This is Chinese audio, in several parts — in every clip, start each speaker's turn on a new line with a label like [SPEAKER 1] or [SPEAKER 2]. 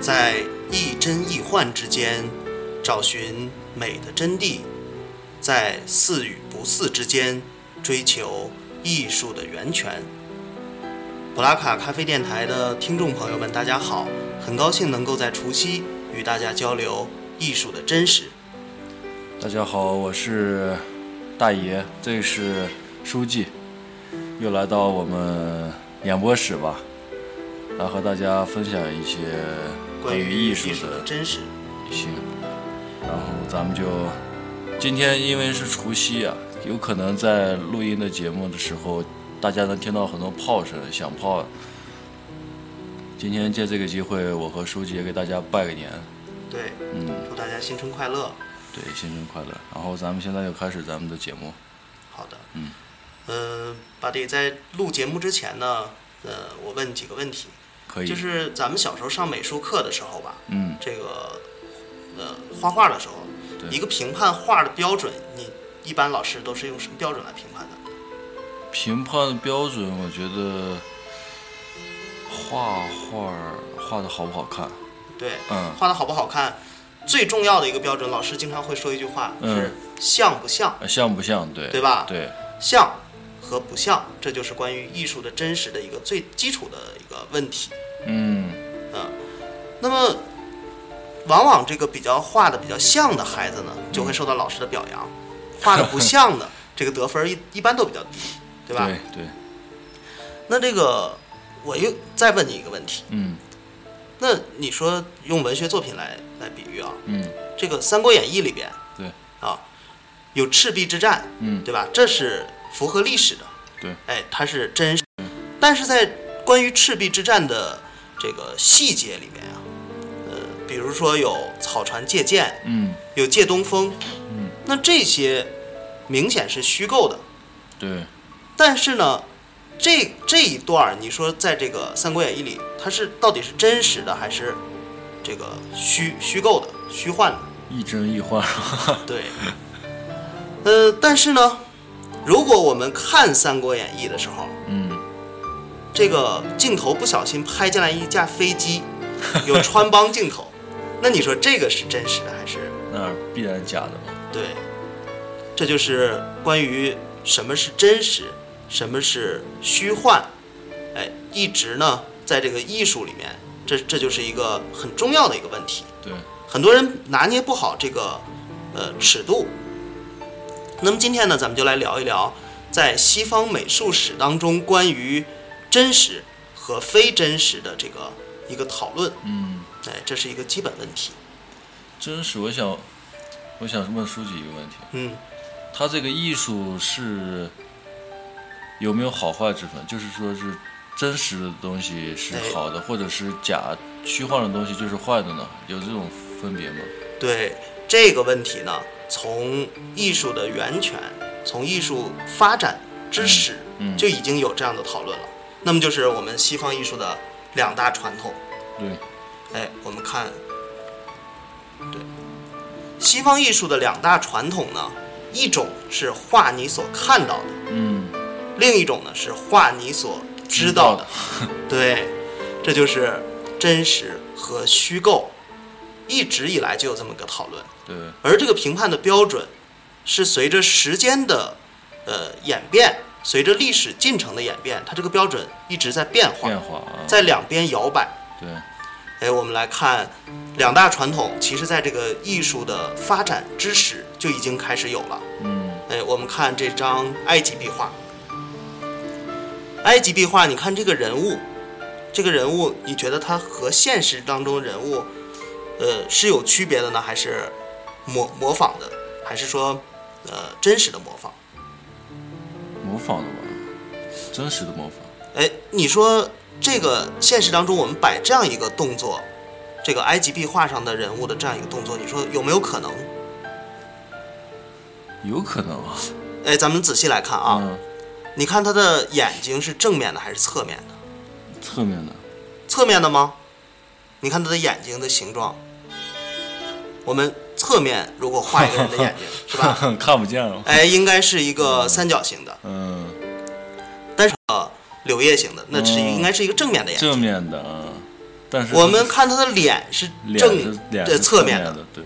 [SPEAKER 1] 在亦真亦幻之间找寻美的真谛，在似与不似之间追求艺术的源泉。布拉卡咖啡电台的听众朋友们，大家好，很高兴能够在除夕与大家交流艺术的真实。
[SPEAKER 2] 大家好，我是大爷，这是书记，又来到我们演播室吧，来和大家分享一些关于艺术
[SPEAKER 1] 的
[SPEAKER 2] 的
[SPEAKER 1] 真实，
[SPEAKER 2] 行。然后咱们就今天因为是除夕啊，有可能在录音的节目的时候，大家能听到很多炮声、响炮。今天借这个机会，我和书记也给大家拜个年，
[SPEAKER 1] 对，
[SPEAKER 2] 嗯，
[SPEAKER 1] 祝大家新春快乐。
[SPEAKER 2] 对，新春快乐。然后咱们现在就开始咱们的节目。
[SPEAKER 1] 好的，
[SPEAKER 2] 嗯，
[SPEAKER 1] 呃，巴蒂在录节目之前呢，呃，我问几个问题，
[SPEAKER 2] 可以，
[SPEAKER 1] 就是咱们小时候上美术课的时候吧，
[SPEAKER 2] 嗯，
[SPEAKER 1] 这个呃画画的时候，
[SPEAKER 2] 对
[SPEAKER 1] 一个评判画的标准，你一般老师都是用什么标准来评判的？
[SPEAKER 2] 评判的标准，我觉得画画儿画的好不好看，
[SPEAKER 1] 对，
[SPEAKER 2] 嗯，
[SPEAKER 1] 画的好不好看，最重要的一个标准，老师经常会说一句话，
[SPEAKER 2] 嗯
[SPEAKER 1] 是像不像，
[SPEAKER 2] 呃像不像？对，
[SPEAKER 1] 对吧？
[SPEAKER 2] 对
[SPEAKER 1] 像和不像，这就是关于艺术的真实的一个最基础的一个问题。
[SPEAKER 2] 嗯，
[SPEAKER 1] 那么，往往这个比较画的比较像的孩子呢，就会受到老师的表扬；画的不像的，这个得分一一般都比较低，对吧？
[SPEAKER 2] 对对，
[SPEAKER 1] 那这个，我又再问你一个问题，
[SPEAKER 2] 嗯
[SPEAKER 1] 那你说用文学作品来来比喻啊，
[SPEAKER 2] 嗯
[SPEAKER 1] 这个《三国演义》里边，
[SPEAKER 2] 对
[SPEAKER 1] 啊，有赤壁之战，
[SPEAKER 2] 嗯，
[SPEAKER 1] 对吧？这是符合历史的，
[SPEAKER 2] 对，
[SPEAKER 1] 哎，它是真实。但是在关于赤壁之战的这个细节里面啊，呃，比如说有草船借箭，
[SPEAKER 2] 嗯
[SPEAKER 1] 有借东风，
[SPEAKER 2] 嗯，
[SPEAKER 1] 那这些明显是虚构的。
[SPEAKER 2] 对，
[SPEAKER 1] 但是呢，这这一段儿你说在这个《三国演义》里，它是到底是真实的还是这个虚虚构的、虚幻的？
[SPEAKER 2] 亦真亦幻，
[SPEAKER 1] 对，呃，但是呢，如果我们看《三国演义》的时候，
[SPEAKER 2] 嗯，
[SPEAKER 1] 这个镜头不小心拍进来一架飞机，有穿帮镜头，那你说这个是真实的还是
[SPEAKER 2] 那必然假的吧？
[SPEAKER 1] 对？这就是关于什么是真实，什么是虚幻，哎，一直呢在这个艺术里面，这这就是一个很重要的一个问题。
[SPEAKER 2] 对，
[SPEAKER 1] 很多人拿捏不好这个呃尺度。那么今天呢，咱们就来聊一聊在西方美术史当中关于真实和非真实的这个一个讨论。
[SPEAKER 2] 嗯，
[SPEAKER 1] 哎，这是一个基本问题。
[SPEAKER 2] 真是我想，我想问书记一个问题，
[SPEAKER 1] 嗯，
[SPEAKER 2] 他这个艺术是有没有好坏之分？就是说是真实的东西是
[SPEAKER 1] 哎
[SPEAKER 2] 好的，或者是假虚幻的东西就是坏的呢？有这种分别吗？
[SPEAKER 1] 对这个问题呢，从艺术的源泉，从艺术发展之始，
[SPEAKER 2] 嗯
[SPEAKER 1] 就已经有这样的讨论了。那么就是我们西方艺术的两大传统。
[SPEAKER 2] 对，
[SPEAKER 1] 哎，我们看，对，西方艺术的两大传统呢，一种是画你所看到的，
[SPEAKER 2] 嗯，
[SPEAKER 1] 另一种呢是画你所知道的。对，这就是真实和虚构，一直以来就有这么个讨论。
[SPEAKER 2] 对，
[SPEAKER 1] 而这个评判的标准是随着时间的呃演变，随着历史进程的演变，它这个标准一直在变化，
[SPEAKER 2] 变化啊，
[SPEAKER 1] 在两边摇摆。
[SPEAKER 2] 对，
[SPEAKER 1] 哎，我们来看两大传统，其实在这个艺术的发展之始就已经开始有了。
[SPEAKER 2] 嗯，
[SPEAKER 1] 哎，我们看这张埃及壁画，埃及壁画，你看这个人物，这个人物，你觉得他和现实当中人物，呃，是有区别的呢，还是模模仿的，还是说，呃，真实的模仿？
[SPEAKER 2] 模仿的吧，真实的模仿，
[SPEAKER 1] 哎，你说这个现实当中我们摆这样一个动作，这个埃及壁画上的人物的这样一个动作，你说有没有可能？
[SPEAKER 2] 有可能啊，
[SPEAKER 1] 哎，咱们仔细来看啊，
[SPEAKER 2] 嗯，
[SPEAKER 1] 你看他的眼睛是正面的还是侧面的？
[SPEAKER 2] 侧面的，
[SPEAKER 1] 侧面的吗？你看他的眼睛的形状。我们侧面如果画一个人的眼睛， 是吧？
[SPEAKER 2] 看不见了，
[SPEAKER 1] 哎，应该是一个三角形的，
[SPEAKER 2] 嗯，
[SPEAKER 1] 但是呃，柳叶形的，那是
[SPEAKER 2] 嗯
[SPEAKER 1] 应该是一个正面的眼睛。
[SPEAKER 2] 正面的啊，但是
[SPEAKER 1] 我们看他的脸是
[SPEAKER 2] 脸
[SPEAKER 1] 正
[SPEAKER 2] 是脸
[SPEAKER 1] 的
[SPEAKER 2] 是
[SPEAKER 1] 侧面
[SPEAKER 2] 面
[SPEAKER 1] 的，
[SPEAKER 2] 的，对，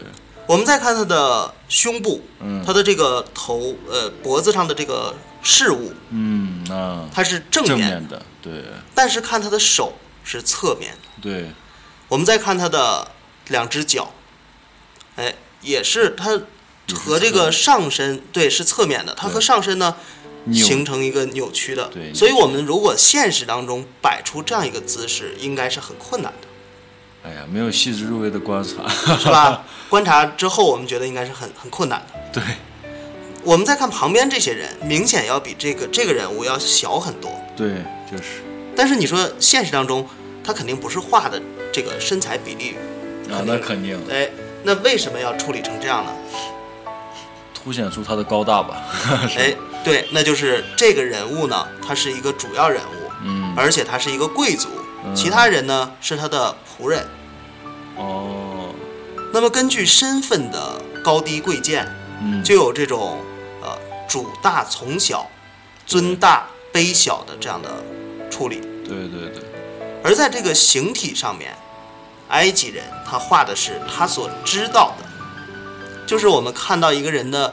[SPEAKER 1] 我们再看他的胸部，
[SPEAKER 2] 嗯
[SPEAKER 1] 他的这个头呃脖子上的这个饰物，
[SPEAKER 2] 嗯啊，
[SPEAKER 1] 它是正
[SPEAKER 2] 正
[SPEAKER 1] 面，
[SPEAKER 2] 面的，对
[SPEAKER 1] 但是看他的手是侧面的。
[SPEAKER 2] 对，
[SPEAKER 1] 我们再看他的两只脚，哎，也是他
[SPEAKER 2] 也是
[SPEAKER 1] 和这
[SPEAKER 2] 侧
[SPEAKER 1] 个
[SPEAKER 2] 面
[SPEAKER 1] 上身对是侧面的，它
[SPEAKER 2] 对
[SPEAKER 1] 和上身呢
[SPEAKER 2] 扭
[SPEAKER 1] 形成一个扭曲的
[SPEAKER 2] 对。
[SPEAKER 1] 所以我们如果现实当中摆出这样一个姿势，应该是很困难 的，
[SPEAKER 2] 哎呀，没有细致入微的观察，
[SPEAKER 1] 是吧？观察之后，我们觉得应该是很很困难的。
[SPEAKER 2] 对
[SPEAKER 1] 我们再看旁边这些人，明显要比这个这个人物要小很多。
[SPEAKER 2] 对，就是
[SPEAKER 1] 但是你说现实当中，他肯定不是画的这个身材比例，
[SPEAKER 2] 啊，那肯定
[SPEAKER 1] 哎，那为什么要处理成这样呢？
[SPEAKER 2] 凸显出他的高大吧，是
[SPEAKER 1] 哎，对，那就是这个人物呢，他是一个主要人物，
[SPEAKER 2] 嗯
[SPEAKER 1] 而且他是一个贵族，
[SPEAKER 2] 嗯
[SPEAKER 1] 其他人呢是他的仆人。
[SPEAKER 2] 哦，
[SPEAKER 1] 那么根据身份的高低贵贱，
[SPEAKER 2] 嗯，
[SPEAKER 1] 就有这种呃主大从小、尊大卑小的这样的处理。
[SPEAKER 2] 对对对，
[SPEAKER 1] 而在这个形体上面，埃及人他画的是他所知道的，就是我们看到一个人的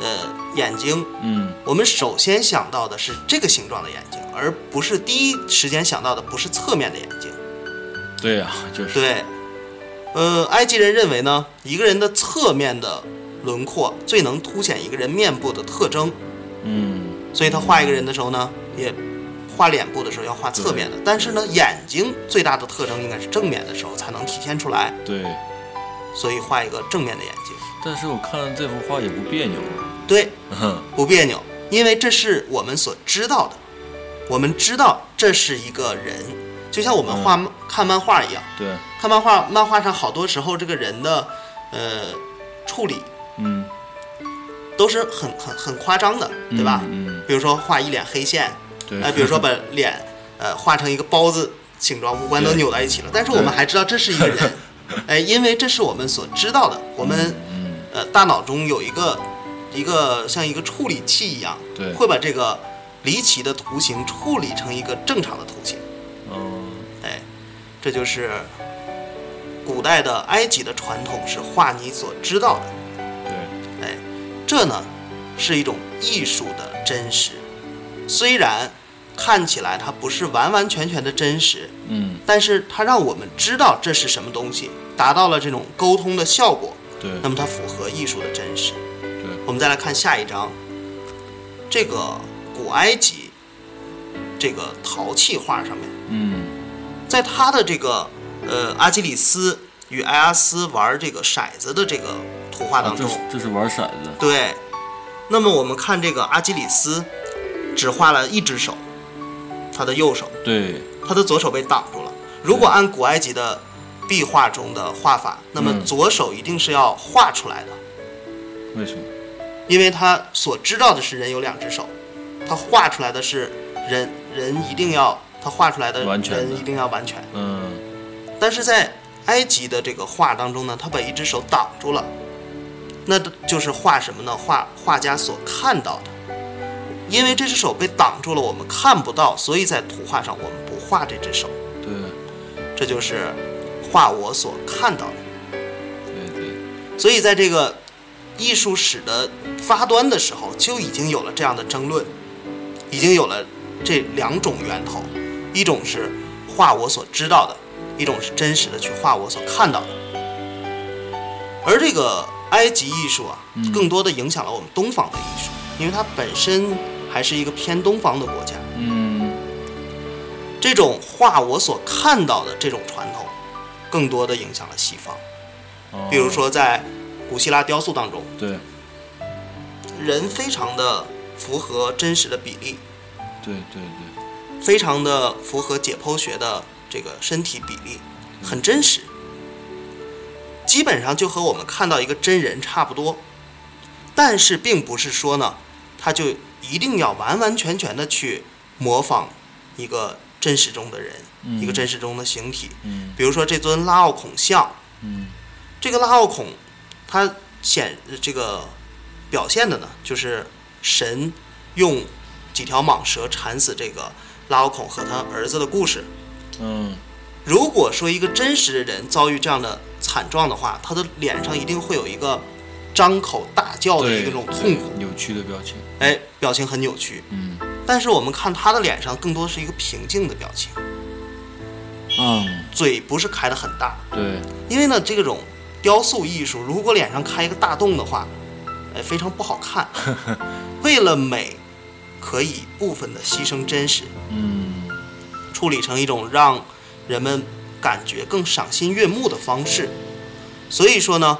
[SPEAKER 1] 呃眼睛，
[SPEAKER 2] 嗯
[SPEAKER 1] 我们首先想到的是这个形状的眼睛，而不是第一时间想到的不是侧面的眼睛。
[SPEAKER 2] 对啊呀，就是
[SPEAKER 1] 对，呃，埃及人认为呢，一个人的侧面的轮廓最能凸显一个人面部的特征，
[SPEAKER 2] 嗯
[SPEAKER 1] 所以他画一个人的时候呢，也画脸部的时候要画侧面的，但是呢，眼睛最大的特征应该是正面的时候才能体现出来，
[SPEAKER 2] 对，
[SPEAKER 1] 所以画一个正面的眼睛。
[SPEAKER 2] 但是我看这幅画也不别扭，
[SPEAKER 1] 对，
[SPEAKER 2] 嗯
[SPEAKER 1] 不别扭，因为这是我们所知道的，我们知道这是一个人，就像我们画、看漫画一样，
[SPEAKER 2] 对，
[SPEAKER 1] 看漫画，漫画上好多时候这个人的呃处理
[SPEAKER 2] 嗯，
[SPEAKER 1] 都是很很很夸张的，对吧？
[SPEAKER 2] 嗯嗯，
[SPEAKER 1] 比如说画一脸黑线，
[SPEAKER 2] 对，
[SPEAKER 1] 哎、比如说把脸呃画成一个包子形状，五官都
[SPEAKER 2] 对
[SPEAKER 1] 扭在一起了，但是我们
[SPEAKER 2] 对
[SPEAKER 1] 还知道这是一个 人，哎，因为这是我们所知道的，我们
[SPEAKER 2] 嗯，
[SPEAKER 1] 呃大脑中有一个一个像一个处理器一样，
[SPEAKER 2] 对，
[SPEAKER 1] 会把这个离奇的图形处理成一个正常的图形。
[SPEAKER 2] 哦，
[SPEAKER 1] 哎，这就是古代的埃及的传统是画你所知道的。
[SPEAKER 2] 对，
[SPEAKER 1] 哎，这呢是一种艺术的真实，虽然看起来它不是完完全全的真实，
[SPEAKER 2] 嗯
[SPEAKER 1] 但是它让我们知道这是什么东西，达到了这种沟通的效果。
[SPEAKER 2] 对
[SPEAKER 1] 那么它符合艺术的真实。
[SPEAKER 2] 对，
[SPEAKER 1] 我们再来看下一章，这个古埃及这个陶器画上面，
[SPEAKER 2] 嗯
[SPEAKER 1] 在他的这个呃阿基里斯与埃阿斯玩这个骰子的这个图画
[SPEAKER 2] 啊
[SPEAKER 1] 当，
[SPEAKER 2] 这
[SPEAKER 1] 中，
[SPEAKER 2] 是这是玩骰子，
[SPEAKER 1] 对，那么我们看这个阿基里斯只画了一只手，他的右手，
[SPEAKER 2] 对，
[SPEAKER 1] 他的左手被挡住了。如果按古埃及的壁画中的画法，那么
[SPEAKER 2] 嗯
[SPEAKER 1] 左手一定是要画出来的。
[SPEAKER 2] 为什么？
[SPEAKER 1] 因为他所知道的是人有两只手，他画出来的是人，人一定要他画出来的
[SPEAKER 2] 完全的
[SPEAKER 1] 人一定要完全。
[SPEAKER 2] 嗯，
[SPEAKER 1] 但是在埃及的这个画当中呢，他把一只手挡住了，那就是画什么呢？画画家所看到的。因为这只手被挡住了，我们看不到，所以在图画上我们不画这只手，
[SPEAKER 2] 对
[SPEAKER 1] 这就是画我所看到的。
[SPEAKER 2] 对对，
[SPEAKER 1] 所以在这个艺术史的发端的时候，就已经有了这样的争论，已经有了这两种源头，一种是画我所知道的，一种是真实的去画我所看到的。而这个埃及艺术啊，
[SPEAKER 2] 嗯
[SPEAKER 1] 更多的影响了我们东方的艺术，因为它本身还是一个偏东方的国家。
[SPEAKER 2] 嗯
[SPEAKER 1] 这种画我所看到的这种传统，更多的影响了西方。
[SPEAKER 2] 哦，
[SPEAKER 1] 比如说，在古希腊雕塑当中，
[SPEAKER 2] 对
[SPEAKER 1] 人非常的符合真实的比例，
[SPEAKER 2] 对对对，
[SPEAKER 1] 非常的符合解剖学的这个身体比例，很真实，基本上就和我们看到一个真人差不多。但是并不是说呢，他就一定要完完全全的去模仿一个真实中的人，
[SPEAKER 2] 嗯
[SPEAKER 1] 一个真实中的形体。
[SPEAKER 2] 嗯
[SPEAKER 1] 比如说这尊拉奥孔像，
[SPEAKER 2] 嗯
[SPEAKER 1] 这个拉奥孔，它显这个表现的呢，就是神用几条蟒蛇缠死这个拉奥孔和他儿子的故事。
[SPEAKER 2] 嗯
[SPEAKER 1] 如果说一个真实的人遭遇这样的惨状的话，他的脸上一定会有一个张口大叫的
[SPEAKER 2] 对
[SPEAKER 1] 一种痛苦，
[SPEAKER 2] 对扭曲的表情，
[SPEAKER 1] 哎，表情很扭曲。
[SPEAKER 2] 嗯
[SPEAKER 1] 但是我们看他的脸上更多是一个平静的表情，
[SPEAKER 2] 嗯，
[SPEAKER 1] 嘴不是开得很大，
[SPEAKER 2] 对，
[SPEAKER 1] 因为呢，这种雕塑艺术如果脸上开一个大洞的话，哎，非常不好看。为了美，可以部分的牺牲真实，
[SPEAKER 2] 嗯
[SPEAKER 1] 处理成一种让人们感觉更赏心悦目的方式。所以说呢，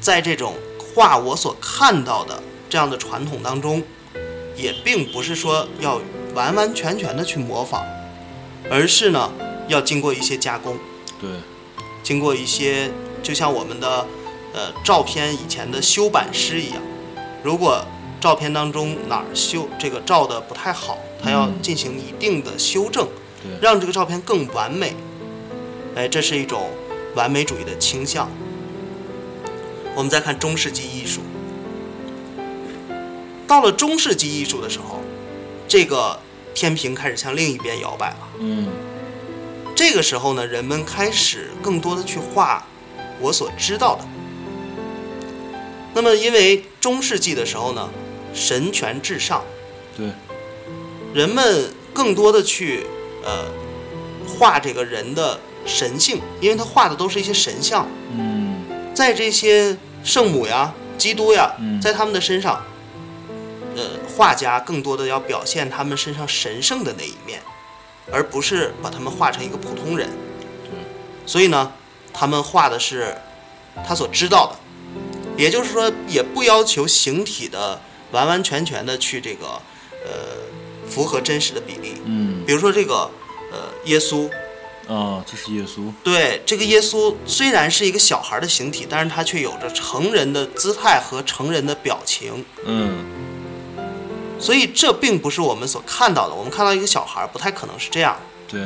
[SPEAKER 1] 在这种画我所看到的这样的传统当中，也并不是说要完完全全的去模仿，而是呢要经过一些加工。
[SPEAKER 2] 对，
[SPEAKER 1] 经过一些，就像我们的呃照片以前的修版师一样，如果照片当中哪儿修这个照的不太好，它要
[SPEAKER 2] 嗯
[SPEAKER 1] 进行一定的修正，
[SPEAKER 2] 对
[SPEAKER 1] 让这个照片更完美。哎，这是一种完美主义的倾向。我们再看中世纪艺术，到了中世纪艺术的时候，这个天平开始向另一边摇摆了。
[SPEAKER 2] 嗯
[SPEAKER 1] 这个时候呢，人们开始更多的去画我所知道的。那么，因为中世纪的时候呢，神权至上，
[SPEAKER 2] 对，
[SPEAKER 1] 人们更多的去呃画这个人的神性，因为他画的都是一些神像，
[SPEAKER 2] 嗯
[SPEAKER 1] 在这些圣母呀、基督呀
[SPEAKER 2] 嗯，
[SPEAKER 1] 在他们的身上，呃，画家更多的要表现他们身上神圣的那一面，而不是把他们画成一个普通人。所以呢，他们画的是他所知道的，也就是说，也不要求形体的完完全全的去这个呃符合真实的比例。
[SPEAKER 2] 嗯
[SPEAKER 1] 比如说这个呃耶稣，
[SPEAKER 2] 啊，这是耶稣，
[SPEAKER 1] 对，这个耶稣虽然是一个小孩的形体，但是他却有着成人的姿态和成人的表情，
[SPEAKER 2] 嗯
[SPEAKER 1] 所以这并不是我们所看到的。我们看到一个小孩，不太可能是这样。
[SPEAKER 2] 对，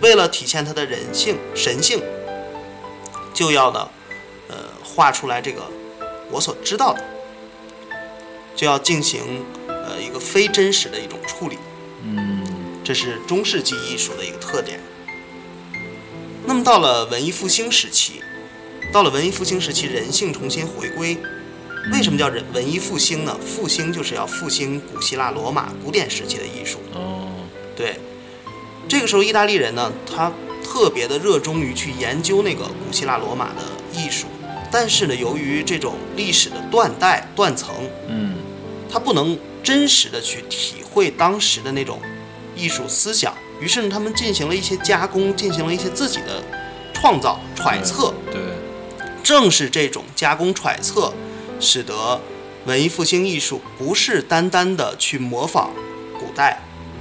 [SPEAKER 1] 为了体现他的人性、神性，就要呢，呃，画出来这个我所知道的，呃就要进行呃一个非真实的一种处理。
[SPEAKER 2] 嗯
[SPEAKER 1] 这是中世纪艺术的一个特点。那么到了文艺复兴时期，到了文艺复兴时期，人性重新回归。为什么叫人文艺复兴呢？复兴就是要复兴古希腊、罗马古典时期的艺术。
[SPEAKER 2] 哦，
[SPEAKER 1] 对，这个时候意大利人呢，他特别的热衷于去研究那个古希腊、罗马的艺术，但是呢，由于这种历史的断代、断层，
[SPEAKER 2] 嗯
[SPEAKER 1] 他不能真实的去体会当时的那种艺术思想，于是呢他们进行了一些加工，进行了一些自己的创造、揣测。
[SPEAKER 2] 对，
[SPEAKER 1] 正是这种加工揣测，使得文艺复兴艺术不是单单的去模仿古代，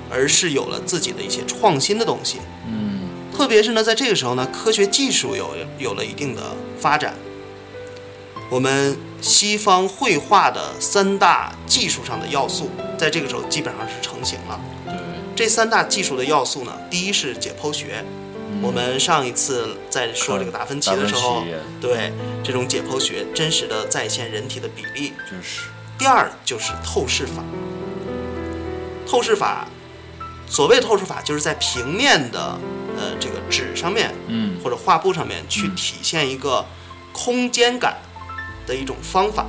[SPEAKER 1] 而是有了自己的一些创新的东西。
[SPEAKER 2] 嗯
[SPEAKER 1] 特别是呢，在这个时候呢，科学技术有有了一定的发展。我们西方绘画的三大技术上的要素，在这个时候基本上是成型了。
[SPEAKER 2] 对，
[SPEAKER 1] 这三大技术的要素呢，第一是解剖学。
[SPEAKER 2] 嗯
[SPEAKER 1] 我们上一次在说这个达芬奇的时
[SPEAKER 2] 达
[SPEAKER 1] 候
[SPEAKER 2] 芬奇，
[SPEAKER 1] 对这种解剖学真实的再现人体的比例。
[SPEAKER 2] 就是
[SPEAKER 1] 第二就是透视法。透视法，所谓透视法，就是在平面的呃这个纸上面
[SPEAKER 2] 嗯
[SPEAKER 1] 或者画布上面去
[SPEAKER 2] 嗯
[SPEAKER 1] 体现一个空间感的一种方法，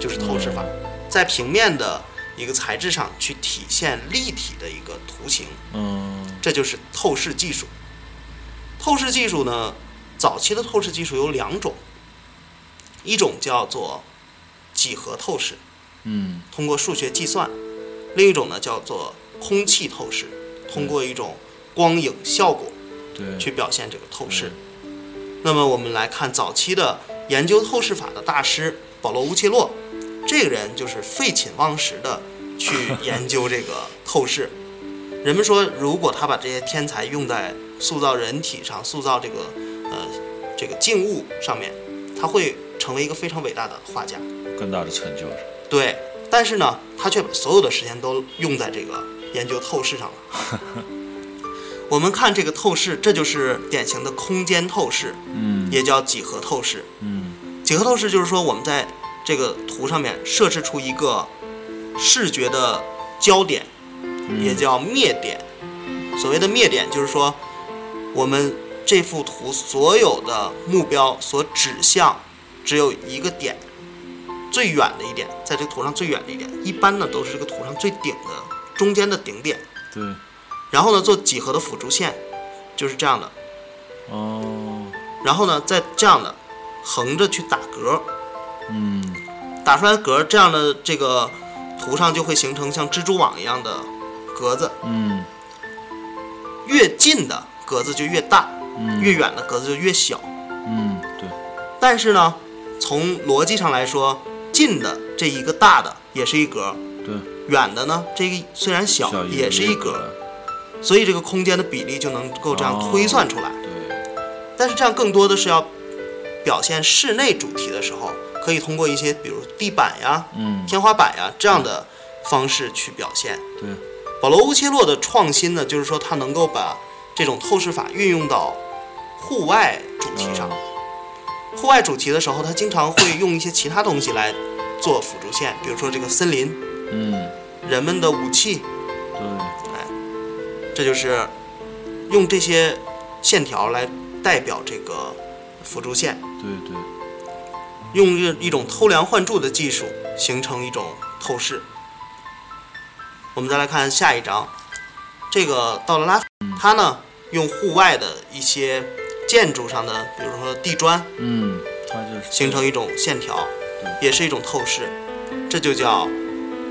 [SPEAKER 1] 就是透视法，在平面的一个材质上去体现立体的一个图形，
[SPEAKER 2] 嗯
[SPEAKER 1] 这就是透视技术。透视技术呢，早期的透视技术有两种，一种叫做几何透视，
[SPEAKER 2] 嗯
[SPEAKER 1] 通过数学计算；另一种呢叫做空气透视，通过一种光影效果
[SPEAKER 2] 对，
[SPEAKER 1] 去表现这个透视。那么我们来看早期的研究透视法的大师保罗·乌切洛，这个人就是废寝忘食的去研究这个透视。 人们说，如果他把这些天才用在塑造人体上、塑造这个呃这个静物上面，他会成为一个非常伟大的画家。
[SPEAKER 2] 更大的成就是，
[SPEAKER 1] 对，但是呢，他却把所有的时间都用在这个研究透视上了。我们看这个透视，这就是典型的空间透视，
[SPEAKER 2] 嗯
[SPEAKER 1] 也叫几何透视。
[SPEAKER 2] 嗯
[SPEAKER 1] 几何透视就是说，我们在这个图上面设置出一个视觉的焦点，也叫灭点。所谓的灭点，就是说我们这幅图所有的目标所指向只有一个点，最远的一点，在这个图上最远的一点，一般呢都是这个图上最顶的中间的顶点。
[SPEAKER 2] 对，
[SPEAKER 1] 然后呢，做几何的辅助线，就是这样的。
[SPEAKER 2] 哦，
[SPEAKER 1] 然后呢，再这样的横着去打格，
[SPEAKER 2] 嗯，
[SPEAKER 1] 打出来的格这样的这个图上就会形成像蜘蛛网一样的格子，
[SPEAKER 2] 嗯，
[SPEAKER 1] 越近的格子就越大，
[SPEAKER 2] 嗯，
[SPEAKER 1] 越远的格子就越小。
[SPEAKER 2] 嗯，对，
[SPEAKER 1] 但是呢，从逻辑上来说，近的这一个大的也是一格，
[SPEAKER 2] 对，
[SPEAKER 1] 远的呢这个虽然小
[SPEAKER 2] 小
[SPEAKER 1] 也是
[SPEAKER 2] 一
[SPEAKER 1] 一格，，所以这个空间的比例就能够这样
[SPEAKER 2] 哦
[SPEAKER 1] 推算出来。
[SPEAKER 2] 对，
[SPEAKER 1] 但是这样更多的是要表现室内主题的时候，可以通过一些比如地板呀、
[SPEAKER 2] 嗯，
[SPEAKER 1] 天花板呀这样的方式去表现。
[SPEAKER 2] 对，
[SPEAKER 1] 保罗·乌切洛的创新呢，就是说他能够把这种透视法运用到户外主题上。
[SPEAKER 2] 哦
[SPEAKER 1] 户外主题的时候，他经常会用一些其他东西来做辅助线，比如说这个森林、
[SPEAKER 2] 嗯，
[SPEAKER 1] 人们的武器，
[SPEAKER 2] 对，
[SPEAKER 1] 这就是用这些线条来代表这个辅助线。
[SPEAKER 2] 对对，
[SPEAKER 1] 用这一种偷梁换柱的技术形成一种透视。我们再来看下一章，这个道拉拉夫他呢用户外的一些建筑上的，比如说地砖，
[SPEAKER 2] 嗯，它就是
[SPEAKER 1] 形成一种线条，也是一种透视，这就叫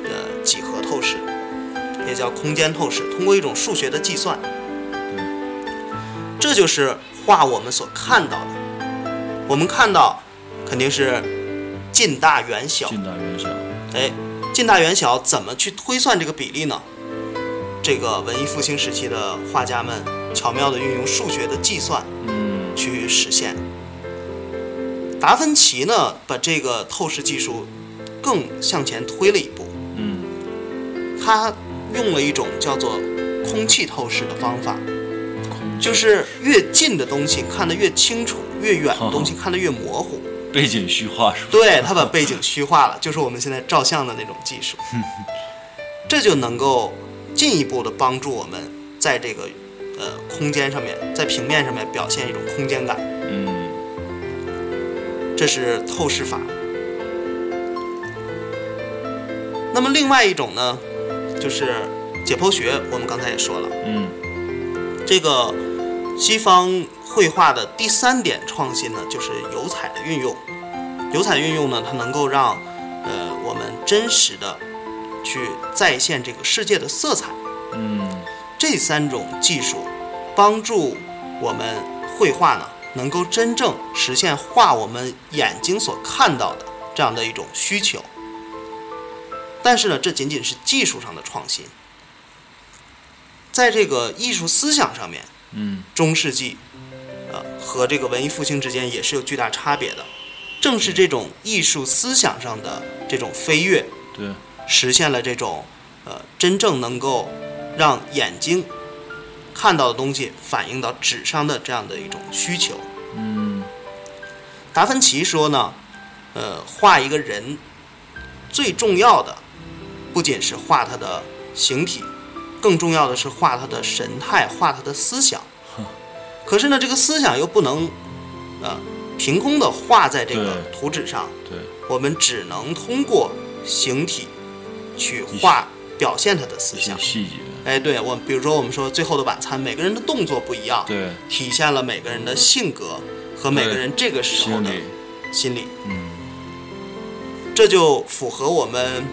[SPEAKER 1] 呃几何透视，也叫空间透视，通过一种数学的计算，这就是画我们所看到的。我们看到肯定是近大远小，
[SPEAKER 2] 近大远小，
[SPEAKER 1] 哎，近大远小怎么去推算这个比例呢？这个文艺复兴时期的画家们巧妙地运用数学的计算，
[SPEAKER 2] 嗯，
[SPEAKER 1] 去实现。达芬奇呢，把这个透视技术更向前推了一步，
[SPEAKER 2] 嗯，
[SPEAKER 1] 他用了一种叫做空气透视的方法，
[SPEAKER 2] 空气
[SPEAKER 1] 就是越近的东西看得越清楚，越远的东西看得越模糊。
[SPEAKER 2] 背景虚化是吧？
[SPEAKER 1] 对他把背景虚化了，就是我们现在照相的那种技术，这就能够进一步的帮助我们在这个呃空间上面，在平面上面表现一种空间感。
[SPEAKER 2] 嗯，
[SPEAKER 1] 这是透视法。那么另外一种呢，就是解剖学，我们刚才也说了，
[SPEAKER 2] 嗯，
[SPEAKER 1] 这个西方绘画的第三点创新呢，就是油彩的运用。油彩运用呢，它能够让呃我们真实的去再现这个世界的色彩。
[SPEAKER 2] 嗯，
[SPEAKER 1] 这三种技术帮助我们绘画呢，能够真正实现画我们眼睛所看到的这样的一种需求。但是呢，这仅仅是技术上的创新，在这个艺术思想上面，
[SPEAKER 2] 嗯，
[SPEAKER 1] 中世纪，呃，和这个文艺复兴之间也是有巨大差别的。正是这种艺术思想上的这种飞跃，
[SPEAKER 2] 对，
[SPEAKER 1] 实现了这种呃真正能够让眼睛看到的东西反映到纸上的这样的一种需求。
[SPEAKER 2] 嗯，
[SPEAKER 1] 达芬奇说呢，呃，画一个人最重要的不仅是画他的形体，更重要的是画他的神态，画他的思想。可是呢，这个思想又不能呃凭空的画在这个
[SPEAKER 2] 对
[SPEAKER 1] 图纸上，
[SPEAKER 2] 对，
[SPEAKER 1] 我们只能通过形体去画表现他的思
[SPEAKER 2] 一
[SPEAKER 1] 想
[SPEAKER 2] 些。细节，
[SPEAKER 1] 哎，对我，比如说我们说《最后的晚餐》，每个人的动作不一样，
[SPEAKER 2] 对，
[SPEAKER 1] 体现了每个人的性格和每个人这个时候
[SPEAKER 2] 心
[SPEAKER 1] 的
[SPEAKER 2] 理，
[SPEAKER 1] 心理，
[SPEAKER 2] 嗯，
[SPEAKER 1] 这就符合我们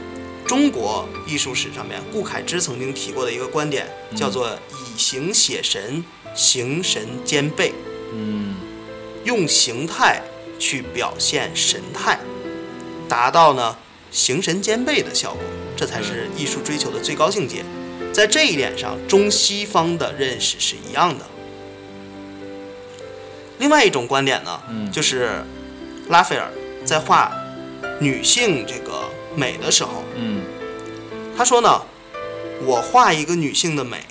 [SPEAKER 1] 中国艺术史上面顾恺之曾经提过的一个观点，
[SPEAKER 2] 嗯
[SPEAKER 1] 叫做“以形写神，形神兼备”。
[SPEAKER 2] 嗯，
[SPEAKER 1] 用形态去表现神态，达到呢形神兼备的效果，这才是艺术追求的最高境界。在这一点上，中西方的认识是一样的。另外一种观点呢，
[SPEAKER 2] 嗯
[SPEAKER 1] 就是拉斐尔在画女性这个美的时候，
[SPEAKER 2] 嗯，
[SPEAKER 1] 他说呢，我画一个女性的美，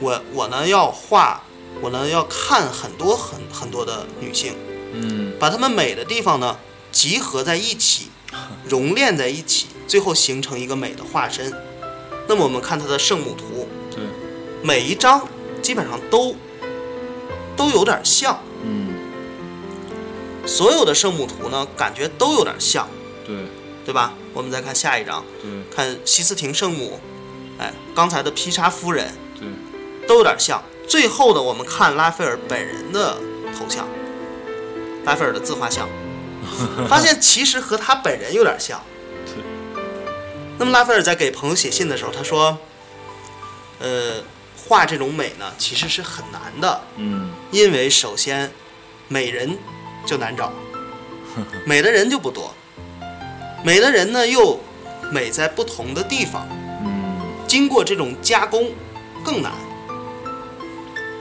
[SPEAKER 1] 我我呢要画，我呢要看很多很很多的女性，
[SPEAKER 2] 嗯，
[SPEAKER 1] 把它们美的地方呢集合在一起，熔炼在一起，最后形成一个美的化身。那么我们看它的圣母图，
[SPEAKER 2] 对，
[SPEAKER 1] 每一张基本上都都有点像，
[SPEAKER 2] 嗯，
[SPEAKER 1] 所有的圣母图呢，感觉都有点像，
[SPEAKER 2] 对
[SPEAKER 1] 对吧？我们再看下一张，
[SPEAKER 2] 对
[SPEAKER 1] 看西斯廷圣母，哎，刚才的皮沙夫人
[SPEAKER 2] 对，
[SPEAKER 1] 都有点像。最后的我们看拉斐尔本人的头像，拉斐尔的自画像，发现其实和他本人有点像。
[SPEAKER 2] 对。
[SPEAKER 1] 那么拉斐尔在给朋友写信的时候，他说：“呃，画这种美呢，其实是很难的。
[SPEAKER 2] 嗯
[SPEAKER 1] 因为首先，美人就难找，美的人就不多，美的人呢又美在不同的地方，
[SPEAKER 2] 嗯
[SPEAKER 1] 经过这种加工更难。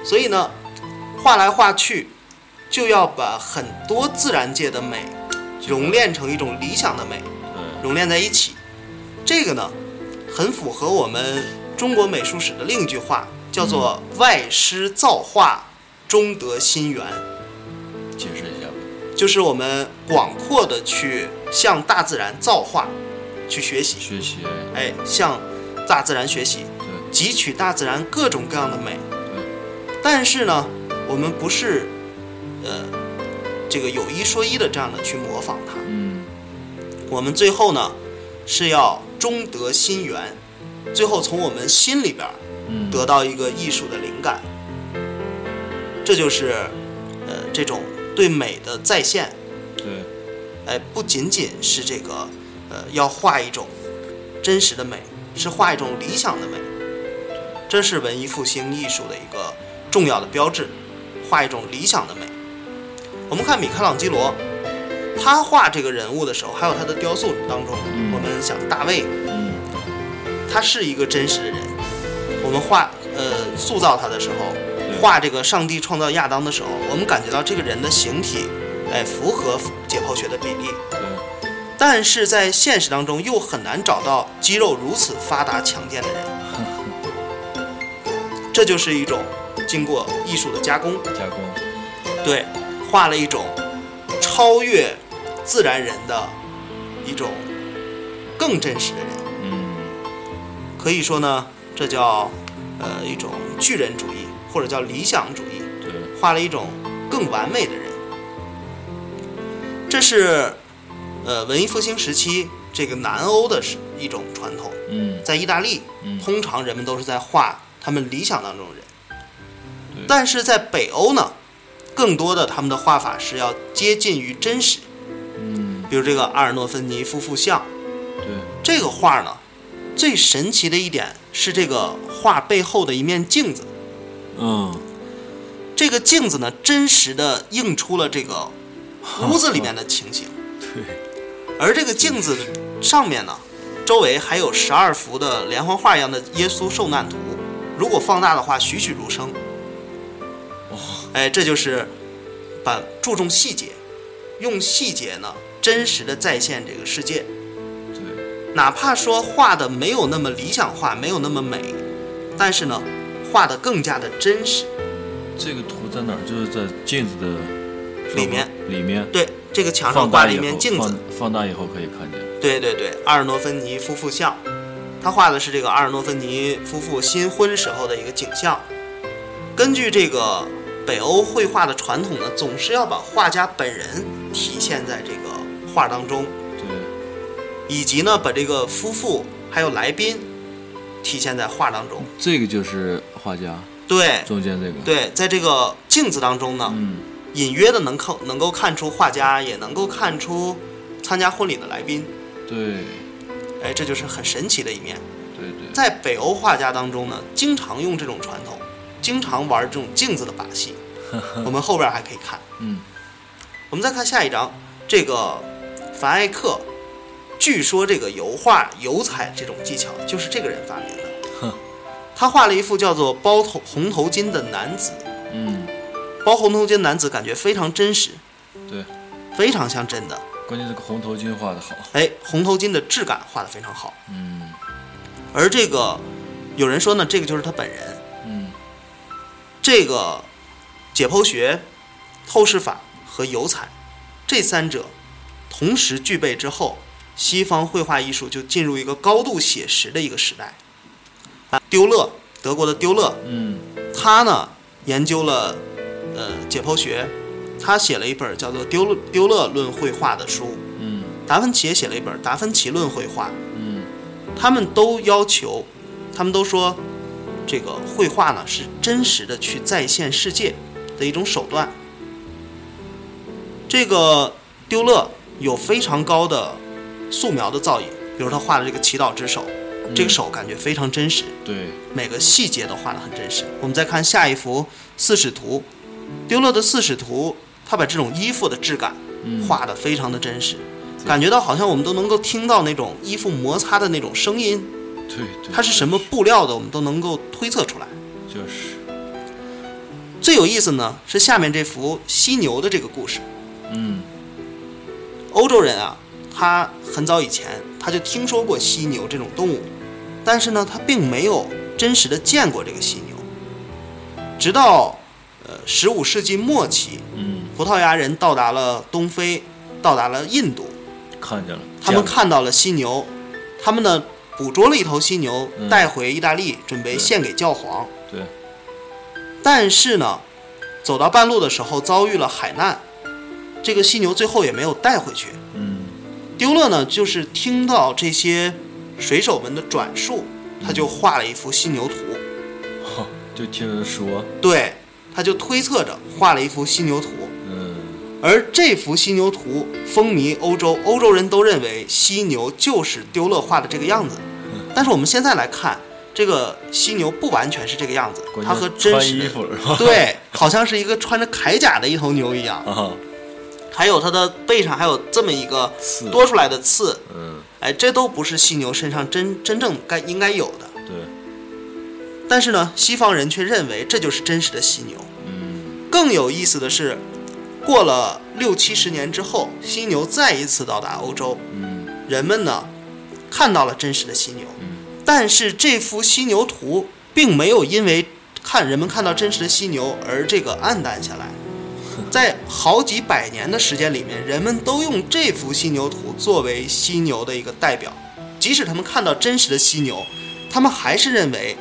[SPEAKER 1] 所以呢，画来画去，就要把很多自然界的美熔炼成一种理想的美，
[SPEAKER 2] 对
[SPEAKER 1] 熔炼在一起。这个呢，很符合我们中国美术史的另一句话，叫做“外师造化，终得心源”。
[SPEAKER 2] 解释一下吧，
[SPEAKER 1] 就是我们广阔的去向大自然造化，去学习，
[SPEAKER 2] 学习
[SPEAKER 1] 哎，向大自然学习，
[SPEAKER 2] 对
[SPEAKER 1] 汲取大自然各种各样的美。
[SPEAKER 2] 对
[SPEAKER 1] 但是呢，我们不是，呃，这个有一说一的这样的去模仿它。
[SPEAKER 2] 嗯
[SPEAKER 1] 我们最后呢，是要终得心源，最后从我们心里边儿
[SPEAKER 2] 嗯
[SPEAKER 1] 得到一个艺术的灵感。这就是，呃，这种对美的再现。
[SPEAKER 2] 对
[SPEAKER 1] 哎，不仅仅是这个，呃，要画一种真实的美，是画一种理想的美，这是文艺复兴艺术的一个重要的标志，画一种理想的美。我们看米开朗基罗，他画这个人物的时候，还有他的雕塑当中，
[SPEAKER 2] 嗯
[SPEAKER 1] 我们想大卫，
[SPEAKER 2] 嗯
[SPEAKER 1] 他是一个真实的人，我们画呃塑造他的时候，
[SPEAKER 2] 对
[SPEAKER 1] 画这个上帝创造亚当的时候，我们感觉到这个人的形体，哎，符合解剖学的比例。
[SPEAKER 2] 对
[SPEAKER 1] 但是在现实当中又很难找到肌肉如此发达强健的人，这就是一种经过艺术的加工，
[SPEAKER 2] 加工
[SPEAKER 1] 对，画了一种超越自然人的一种更真实的人，
[SPEAKER 2] 嗯
[SPEAKER 1] 可以说呢，这叫呃一种巨人主义或者叫理想主义。
[SPEAKER 2] 对
[SPEAKER 1] 画了一种更完美的人。这是呃文艺复兴时期这个南欧的是一种传统，
[SPEAKER 2] 嗯
[SPEAKER 1] 在意大利，
[SPEAKER 2] 嗯
[SPEAKER 1] 通常人们都是在画他们理想当中的人
[SPEAKER 2] 对，
[SPEAKER 1] 但是在北欧呢，更多的他们的画法是要接近于真实，
[SPEAKER 2] 嗯
[SPEAKER 1] 比如这个阿尔诺芬尼夫妇像
[SPEAKER 2] 对
[SPEAKER 1] 这个画呢，最神奇的一点是这个画背后的一面镜子。
[SPEAKER 2] 嗯
[SPEAKER 1] 这个镜子呢，真实的映出了这 个屋子里面的情形，
[SPEAKER 2] 对
[SPEAKER 1] 而这个镜子上面呢，周围还有十二幅的连环画一样的耶稣受难图，如果放大的话，栩栩如生。
[SPEAKER 2] 哦
[SPEAKER 1] 哎，这就是把注重细节，用细节呢真实的再现这个世界，
[SPEAKER 2] 对
[SPEAKER 1] 哪怕说画的没有那么理想化，没有那么美，但是呢，画的更加的真实。
[SPEAKER 2] 这个图在哪儿？就是在镜子的
[SPEAKER 1] 里面
[SPEAKER 2] 里面
[SPEAKER 1] 对，这个墙上
[SPEAKER 2] 放
[SPEAKER 1] 挂
[SPEAKER 2] 大
[SPEAKER 1] 了
[SPEAKER 2] 以
[SPEAKER 1] 一
[SPEAKER 2] 后
[SPEAKER 1] 面镜子，
[SPEAKER 2] 放放大以后可以看见
[SPEAKER 1] 对对对，阿尔诺芬尼夫妇像，他画的是这个阿尔诺芬尼夫妇新婚时候的一个景象。根据这个北欧绘画的传统呢，总是要把画家本人体现在这个画当中，
[SPEAKER 2] 对
[SPEAKER 1] 以及呢把这个夫妇还有来宾体现在画当中。
[SPEAKER 2] 这个就是画家
[SPEAKER 1] 对
[SPEAKER 2] 中间这个
[SPEAKER 1] 对，在这个镜子当中呢，
[SPEAKER 2] 嗯
[SPEAKER 1] 隐约的能看能够看出画家，也能够看出参加婚礼的来宾。
[SPEAKER 2] 对
[SPEAKER 1] 哎，这就是很神奇的一面。
[SPEAKER 2] 对对
[SPEAKER 1] 在北欧画家当中呢，经常用这种传统，经常玩这种镜子的把戏。我们后边还可以看。
[SPEAKER 2] 嗯
[SPEAKER 1] 我们再看下一张，这个凡艾克，据说这个油画油彩这种技巧就是这个人发明的
[SPEAKER 2] 哼。
[SPEAKER 1] 他画了一幅叫做《包头红头巾的男子》，
[SPEAKER 2] 嗯
[SPEAKER 1] 包红头巾男子感觉非常真实，
[SPEAKER 2] 对，
[SPEAKER 1] 非常像真的。
[SPEAKER 2] 关键这个红头巾画的好
[SPEAKER 1] 哎，红头巾的质感画得非常好。
[SPEAKER 2] 嗯
[SPEAKER 1] 而这个，有人说呢，这个就是他本人。
[SPEAKER 2] 嗯
[SPEAKER 1] 这个解剖学、透视法和油彩这三者同时具备之后，西方绘画艺术就进入一个高度写实的一个时代。啊，丢勒，德国的丢勒，
[SPEAKER 2] 嗯
[SPEAKER 1] 他呢研究了呃呃解剖学，他写了一本叫做丢《丢勒论绘画》的书，
[SPEAKER 2] 嗯
[SPEAKER 1] 达芬奇也写了一本《达芬奇论绘画》，
[SPEAKER 2] 嗯
[SPEAKER 1] 他们都要求，他们都说，这个绘画呢是真实的去再现世界的一种手段。这个丢勒有非常高的素描的造诣，比如他画的这个祈祷之手，这个手感觉非常真实，
[SPEAKER 2] 对，
[SPEAKER 1] 每个细节都画得很真实。我们再看下一幅四使图，丢勒的四使图，他把这种衣服的质感
[SPEAKER 2] 嗯
[SPEAKER 1] 画得非常的真实，感觉到好像我们都能够听到那种衣服摩擦的那种声音，
[SPEAKER 2] 对对，
[SPEAKER 1] 它是什么布料的，我们都能够推测出来。
[SPEAKER 2] 就是
[SPEAKER 1] 最有意思呢是下面这幅犀牛的这个故事。
[SPEAKER 2] 嗯
[SPEAKER 1] 欧洲人啊，他很早以前他就听说过犀牛这种动物，但是呢，他并没有真实的见过这个犀牛。直到呃十五世纪末期，
[SPEAKER 2] 嗯
[SPEAKER 1] 葡萄牙人到达了东非，到达了印度，
[SPEAKER 2] 看见了，
[SPEAKER 1] 他们看到了犀牛，他们呢捕捉了一头犀牛
[SPEAKER 2] 嗯
[SPEAKER 1] 带回意大利，准备
[SPEAKER 2] 对
[SPEAKER 1] 献给教皇。
[SPEAKER 2] 见了
[SPEAKER 1] 但是呢，走到半路的时候遭遇了海难，这个犀牛最后也没有带回去。
[SPEAKER 2] 对 嗯
[SPEAKER 1] 丢勒呢，就是听到这些水手们的转述，他就画了一幅犀牛图。
[SPEAKER 2] 哈就听人说
[SPEAKER 1] 对，他就推测着画了一幅犀牛图。
[SPEAKER 2] 嗯
[SPEAKER 1] 而这幅犀牛图风靡欧洲，欧洲人都认为犀牛就是丢勒画的这个样子。但是我们现在来看，这个犀牛不完全是这个样子，
[SPEAKER 2] 关
[SPEAKER 1] 它
[SPEAKER 2] 键
[SPEAKER 1] 和真
[SPEAKER 2] 穿
[SPEAKER 1] 实
[SPEAKER 2] 衣
[SPEAKER 1] 的
[SPEAKER 2] 服了是吧？
[SPEAKER 1] 对，好像是一个穿着铠甲的一头牛一样。
[SPEAKER 2] 啊
[SPEAKER 1] 还有它的背上还有这么一个
[SPEAKER 2] 刺
[SPEAKER 1] 多出来的刺，
[SPEAKER 2] 嗯
[SPEAKER 1] 哎，这都不是犀牛身上真真正该应该有的。
[SPEAKER 2] 对
[SPEAKER 1] 但是呢，西方人却认为这就是真实的犀牛。
[SPEAKER 2] 嗯
[SPEAKER 1] 更有意思的是，过了六七十年之后，犀牛再一次到达欧洲，
[SPEAKER 2] 嗯
[SPEAKER 1] 人们呢看到了真实的犀牛，
[SPEAKER 2] 嗯
[SPEAKER 1] 但是这幅犀牛图并没有因为看人们看到真实的犀牛而这个暗淡下来。在好几百年的时间里面，人们都用这幅犀牛图作为犀牛的一个代表，即使他们看到真实的犀牛，他们还是认为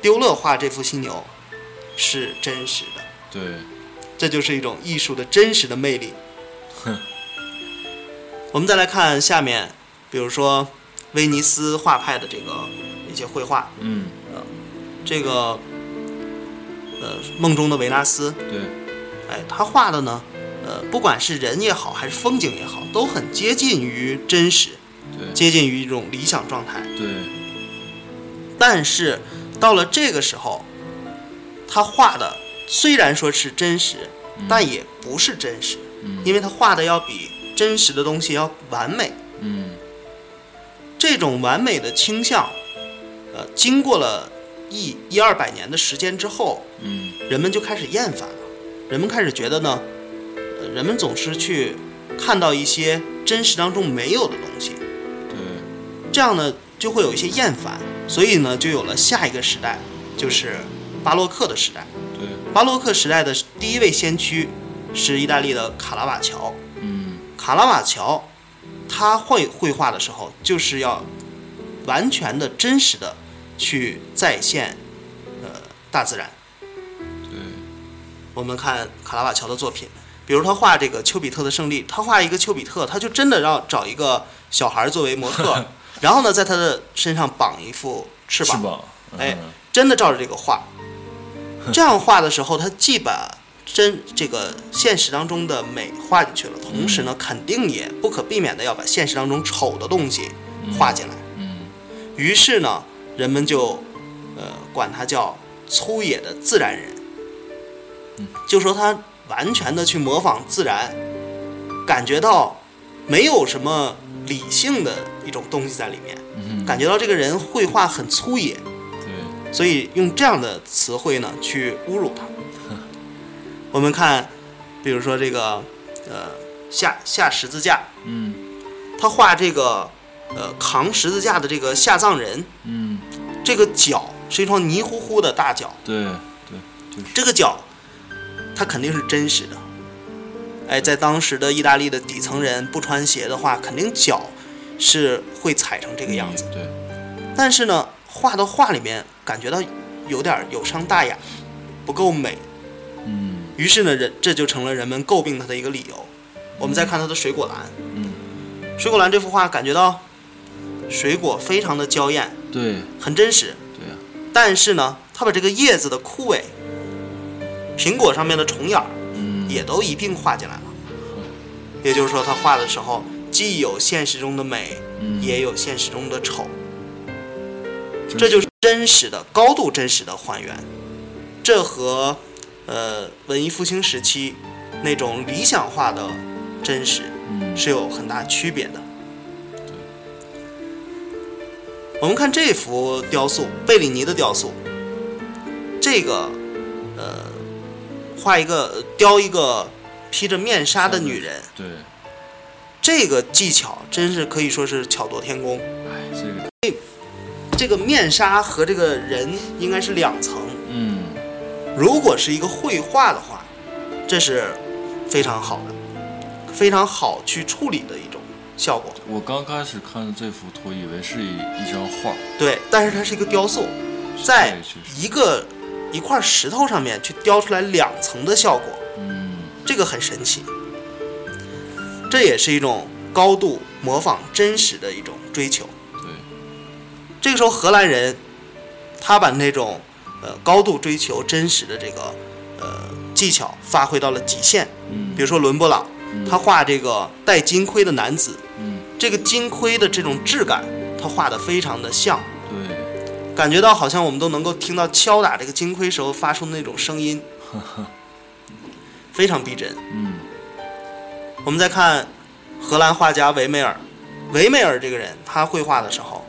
[SPEAKER 1] 丢勒画这幅犀牛是真实的。
[SPEAKER 2] 对
[SPEAKER 1] 这就是一种艺术的真实的魅力
[SPEAKER 2] 哼。
[SPEAKER 1] 我们再来看下面，比如说威尼斯画派的这个一些绘画，
[SPEAKER 2] 嗯
[SPEAKER 1] 这个呃梦中的维纳斯，
[SPEAKER 2] 对
[SPEAKER 1] 哎，他画的呢，呃，不管是人也好，还是风景也好，都很接近于真实，
[SPEAKER 2] 对
[SPEAKER 1] 接近于一种理想状态。
[SPEAKER 2] 对
[SPEAKER 1] 但是到了这个时候，他画的虽然说是真实，但也不是真实。
[SPEAKER 2] 嗯
[SPEAKER 1] 因为他画的要比真实的东西要完美。
[SPEAKER 2] 嗯
[SPEAKER 1] 这种完美的倾向，呃，经过了一一二百年的时间之后，
[SPEAKER 2] 嗯
[SPEAKER 1] 人们就开始厌烦了。人们开始觉得呢，呃人们总是去看到一些真实当中没有的东西，
[SPEAKER 2] 对
[SPEAKER 1] 这样呢就会有一些厌烦。所以呢，就有了下一个时代，就是巴洛克的时代。
[SPEAKER 2] 对
[SPEAKER 1] 巴洛克时代的第一位先驱是意大利的卡拉瓦乔。
[SPEAKER 2] 嗯
[SPEAKER 1] 卡拉瓦乔，他绘绘画的时候，就是要完全的、真实的去再现，呃，大自然。
[SPEAKER 2] 对
[SPEAKER 1] 我们看卡拉瓦乔的作品，比如他画这个丘比特的胜利，他画一个丘比特，他就真的让找一个小孩作为模 特，然后呢，在他的身上绑一副翅膀，
[SPEAKER 2] 膀
[SPEAKER 1] 哎
[SPEAKER 2] 嗯
[SPEAKER 1] 真的照着这个 画。这样画的时候，他既把真这个现实当中的美画进去了，同时呢，肯定也不可避免的要把现实当中丑的东西画进来。
[SPEAKER 2] 嗯
[SPEAKER 1] 于是呢，人们就呃管他叫粗野的自然人，就说他完全的去模仿自然，感觉到没有什么理性的一种东西在里面，
[SPEAKER 2] 嗯
[SPEAKER 1] 感觉到这个人绘画很粗野，
[SPEAKER 2] 对。
[SPEAKER 1] 所以用这样的词汇呢去侮辱他。我们看，比如说这个，呃，下下十字架，
[SPEAKER 2] 嗯
[SPEAKER 1] 他画这个，呃，扛十字架的这个下葬人，
[SPEAKER 2] 嗯，
[SPEAKER 1] 这个脚是一双泥乎乎的大脚，
[SPEAKER 2] 对嗯对，就是
[SPEAKER 1] 这个脚，它肯定是真实的。哎，在当时的意大利的底层人不穿鞋的话，肯定脚是会踩成这
[SPEAKER 2] 这
[SPEAKER 1] 个样子。。
[SPEAKER 2] 对，
[SPEAKER 1] 但是呢，画到画里面感觉到有点儿有伤大雅，不够美。
[SPEAKER 2] 嗯
[SPEAKER 1] 于是呢，人这就成了人们诟病他的一个理由。我们再看他的水果篮，
[SPEAKER 2] 嗯，
[SPEAKER 1] 水果篮这幅画，感觉到水果非常的娇艳，
[SPEAKER 2] 对
[SPEAKER 1] 很真实。
[SPEAKER 2] 对啊，
[SPEAKER 1] 但是呢，他把这个叶子的枯萎、苹果上面的虫眼儿
[SPEAKER 2] 嗯，
[SPEAKER 1] 也都一并画进来了。也就是说，他画的时候既有现实中的美，
[SPEAKER 2] 嗯
[SPEAKER 1] 也有现实中的丑，
[SPEAKER 2] 真
[SPEAKER 1] 这就是是真实的、高度真实的还原。这和呃文艺复兴时期那种理想化的真实
[SPEAKER 2] 嗯
[SPEAKER 1] 是有很大区别的。我们看这幅雕塑，贝里尼的雕塑，这个呃，画一个雕一个披着面纱的女人，
[SPEAKER 2] 嗯对，
[SPEAKER 1] 这个技巧真是可以说是巧夺天工。
[SPEAKER 2] 哎，这个
[SPEAKER 1] 这个面纱和这个人应该是两层，
[SPEAKER 2] 嗯
[SPEAKER 1] 如果是一个绘画的话，这是非常好的，非常好去处理的一种效果。
[SPEAKER 2] 我刚开始看这幅图，以为是一一张画，
[SPEAKER 1] 对，但是它是一个雕塑，在
[SPEAKER 2] 确实，
[SPEAKER 1] 一个一块石头上面去雕出来两层的效果，
[SPEAKER 2] 嗯，
[SPEAKER 1] 这个很神奇。这也是一种高度模仿真实的一种追求。
[SPEAKER 2] 对，
[SPEAKER 1] 这个时候，荷兰人他把那种呃高度追求真实的这个呃技巧发挥到了极限。
[SPEAKER 2] 嗯，
[SPEAKER 1] 比如说伦勃朗，
[SPEAKER 2] 嗯
[SPEAKER 1] 他画这个戴金盔的男子，
[SPEAKER 2] 嗯，
[SPEAKER 1] 这个金盔的这种质感，他画的非常的像，
[SPEAKER 2] 嗯对，
[SPEAKER 1] 感觉到好像我们都能够听到敲打这个金盔时候发出的那种声音，非常逼真。
[SPEAKER 2] 嗯
[SPEAKER 1] 我们再看荷兰画家维梅尔，维梅尔这个人，他绘画的时候，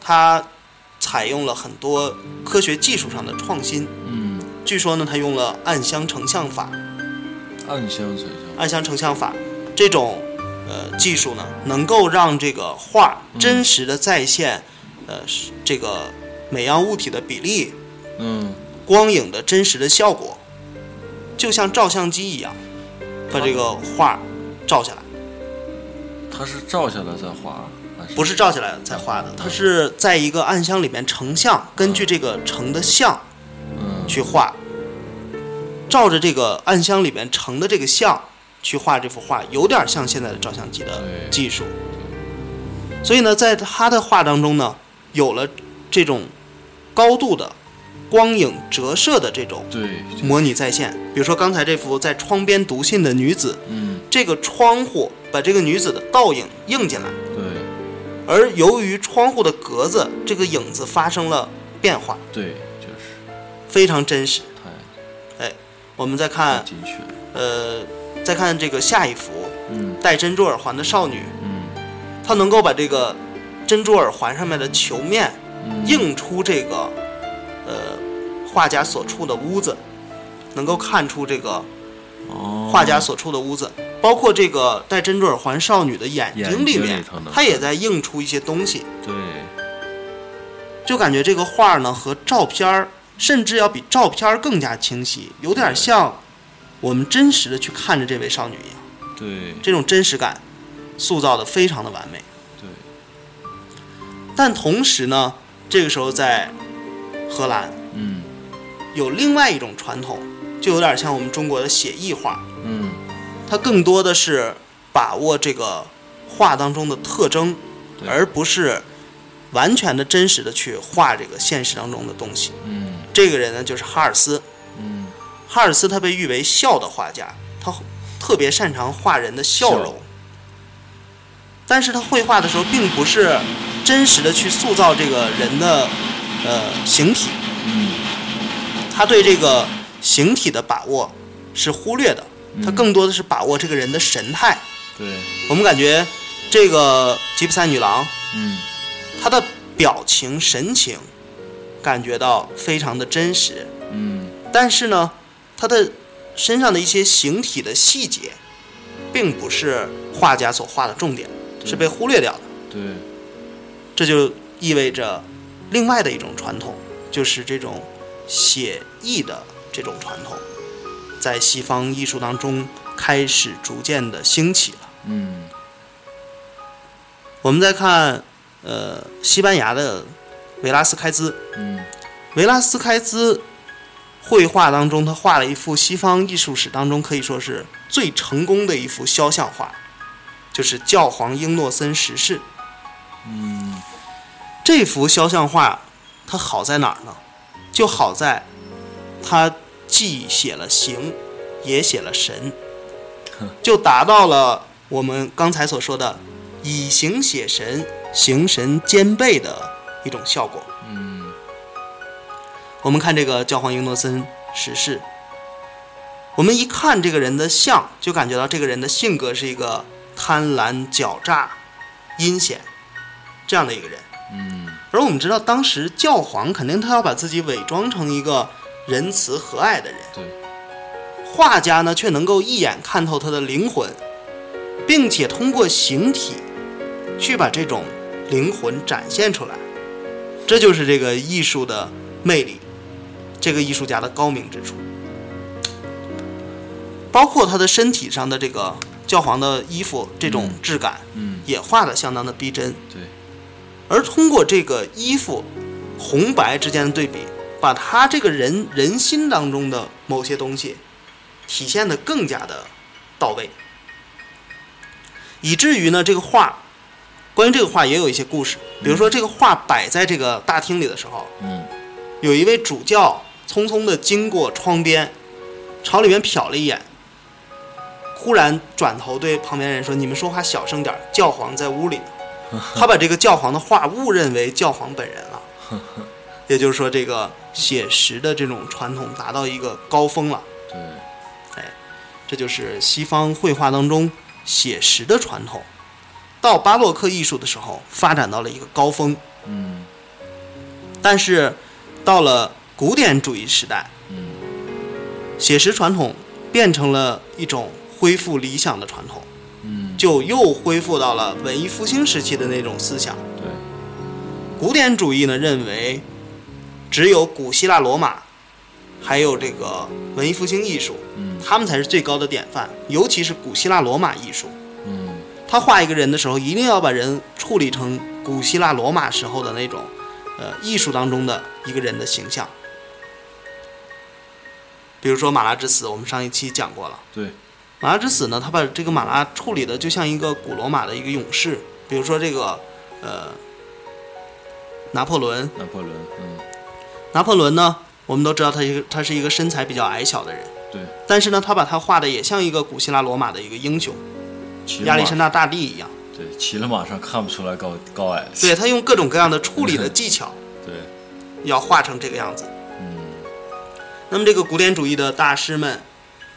[SPEAKER 1] 他采用了很多科学技术上的创新。
[SPEAKER 2] 嗯，
[SPEAKER 1] 据说呢，他用了暗箱成像法，
[SPEAKER 2] 暗香水香，
[SPEAKER 1] 暗箱成像法这种呃技术呢，能够让这个画真实的再现、呃是这个每样物体的比例、
[SPEAKER 2] 嗯，
[SPEAKER 1] 光影的真实的效果，就像照相机一样，把这个画照下来。
[SPEAKER 2] 他是照下来再画，还是
[SPEAKER 1] 不是照下来才画的，它是在一个暗箱里面成像，根据这个成的像
[SPEAKER 2] 嗯
[SPEAKER 1] 去画，照着这个暗箱里面成的这个像去画这幅画，有点像现在的照相机的
[SPEAKER 2] 对
[SPEAKER 1] 技术。所以呢，在他的画当中呢，有了这种高度的光影折射的这种
[SPEAKER 2] 对，这
[SPEAKER 1] 模拟再现。比如说刚才这幅在窗边读信的女子，
[SPEAKER 2] 嗯
[SPEAKER 1] 这个窗户把这个女子的倒影映进来。
[SPEAKER 2] 嗯对
[SPEAKER 1] 而由于窗户的格子，这个影子发生了变化，
[SPEAKER 2] 对，就是
[SPEAKER 1] 非常真实。
[SPEAKER 2] 太
[SPEAKER 1] 我们再
[SPEAKER 2] 太
[SPEAKER 1] 看，
[SPEAKER 2] 精确了，
[SPEAKER 1] 呃，再看这个下一幅
[SPEAKER 2] 嗯
[SPEAKER 1] 戴珍珠耳环的少女，
[SPEAKER 2] 嗯
[SPEAKER 1] 她能够把这个珍珠耳环上面的球面
[SPEAKER 2] 嗯，
[SPEAKER 1] 映出这个，呃，画家所处的屋子，能够看出这个
[SPEAKER 2] 哦，
[SPEAKER 1] 画家所处的屋子，包括这个戴珍珠耳环少女的眼
[SPEAKER 2] 眼
[SPEAKER 1] 睛里
[SPEAKER 2] 睛
[SPEAKER 1] 面
[SPEAKER 2] 头，呢，
[SPEAKER 1] 她也在映出一些东西。
[SPEAKER 2] 对，
[SPEAKER 1] 就感觉这个画呢和照片儿，甚至要比照片儿更加清晰，有点像我们真实的去看着这位少女一样，
[SPEAKER 2] 对
[SPEAKER 1] 这种真实感塑造的非常的完美。
[SPEAKER 2] 对，
[SPEAKER 1] 但同时呢，这个时候在荷兰
[SPEAKER 2] 嗯
[SPEAKER 1] 有另外一种传统，就有点像我们中国的写意画，
[SPEAKER 2] 嗯，
[SPEAKER 1] 它更多的是把握这个画当中的特征，
[SPEAKER 2] 对
[SPEAKER 1] 而不是完全的真实的去画这个现实当中的东西。
[SPEAKER 2] 嗯
[SPEAKER 1] 这个人呢，就是哈尔斯。
[SPEAKER 2] 嗯，
[SPEAKER 1] 哈尔斯他被誉为笑的画家，他特别擅长画人的笑容
[SPEAKER 2] 笑。
[SPEAKER 1] 但是他绘画的时候，并不是真实的去塑造这个人的呃形体，
[SPEAKER 2] 嗯
[SPEAKER 1] 他对这个形体的把握是忽略的，他
[SPEAKER 2] 嗯
[SPEAKER 1] 更多的是把握这个人的神态。
[SPEAKER 2] 对，
[SPEAKER 1] 我们感觉这个吉普赛女郎，
[SPEAKER 2] 嗯
[SPEAKER 1] 她的表情、神情，感觉到非常的真实，
[SPEAKER 2] 嗯
[SPEAKER 1] 但是呢，他的身上的一些形体的细节，并不是画家所画的重点，
[SPEAKER 2] 对
[SPEAKER 1] 是被忽略掉的。
[SPEAKER 2] 对，
[SPEAKER 1] 这就意味着另外的一种传统，就是这种写意的这种传统，在西方艺术当中开始逐渐的兴起了。
[SPEAKER 2] 嗯
[SPEAKER 1] 我们再看，呃，西班牙的维拉斯开兹，
[SPEAKER 2] 嗯
[SPEAKER 1] 维拉斯开兹绘画当中，他画了一幅西方艺术史当中可以说是最成功的一幅肖像画，就是教皇英诺森十世。
[SPEAKER 2] 嗯，
[SPEAKER 1] 这幅肖像画它好在哪儿呢？就好在它既写了形，也写了神，就达到了我们刚才所说的以形写神、形神兼备的一种效果。
[SPEAKER 2] 嗯
[SPEAKER 1] 我们看这个教皇英诺森十世，我们一看这个人的像，就感觉到这个人的性格是一个贪婪、狡诈、阴险这样的一个人。
[SPEAKER 2] 嗯
[SPEAKER 1] 而我们知道，当时教皇肯定他要把自己伪装成一个仁慈和蔼的人，
[SPEAKER 2] 对，
[SPEAKER 1] 画家呢却能够一眼看透他的灵魂，并且通过形体去把这种灵魂展现出来，这就是这个艺术的魅力，这个艺术家的高明之处。包括他的身体上的这个教皇的衣服这种
[SPEAKER 2] 嗯
[SPEAKER 1] 质感，
[SPEAKER 2] 嗯
[SPEAKER 1] 也画得相当的逼真。
[SPEAKER 2] 对，
[SPEAKER 1] 而通过这个衣服红白之间的对比，把他这个人人心当中的某些东西体现得更加的到位，以至于呢，这个画，关于这个画也有一些故事。比如说，这个画摆在这个大厅里的时候，
[SPEAKER 2] 嗯
[SPEAKER 1] 有一位主教匆匆地经过窗边，朝里面瞟了一眼，忽然转头对旁边人说：“你们说话小声点儿，教皇在屋里呢。”他把这个教皇的话误认为教皇本人了， 也就是说，这个写实的这种传统达到一个高峰了。
[SPEAKER 2] 对，
[SPEAKER 1] 这就是西方绘画当中写实的传统，到巴洛克艺术的时候发展到了一个高峰。
[SPEAKER 2] 嗯
[SPEAKER 1] 但是到了古典主义时代，
[SPEAKER 2] 嗯
[SPEAKER 1] 写实传统变成了一种恢复理想的传统，
[SPEAKER 2] 嗯，
[SPEAKER 1] 就又恢复到了文艺复兴时期的那种思想。
[SPEAKER 2] 对，
[SPEAKER 1] 古典主义呢认为，只有古希腊罗马，还有这个文艺复兴艺术，
[SPEAKER 2] 嗯
[SPEAKER 1] 他们才是最高的典范，尤其是古希腊罗马艺术。
[SPEAKER 2] 嗯
[SPEAKER 1] 他画一个人的时候，一定要把人处理成古希腊罗马时候的那种，呃，艺术当中的一个人的形象。比如说马拉之死，我们上一期讲过了。
[SPEAKER 2] 对，
[SPEAKER 1] 马拉之死呢，他把这个马拉处理的就像一个古罗马的一个勇士，比如说这个，呃，拿破仑。
[SPEAKER 2] 拿破仑，嗯
[SPEAKER 1] 拿破仑呢，我们都知道他是一个他是一个身材比较矮小的人，
[SPEAKER 2] 对，
[SPEAKER 1] 但是呢，他把他画的也像一个古希腊罗马的一个英雄，
[SPEAKER 2] 骑了
[SPEAKER 1] 亚历
[SPEAKER 2] 马
[SPEAKER 1] 山大大帝一样。
[SPEAKER 2] 对，骑了马上看不出来高高矮，
[SPEAKER 1] 对他用各种各样的处理的技巧，
[SPEAKER 2] 对，
[SPEAKER 1] 要画成这个样子。
[SPEAKER 2] 嗯
[SPEAKER 1] 那么这个古典主义的大师们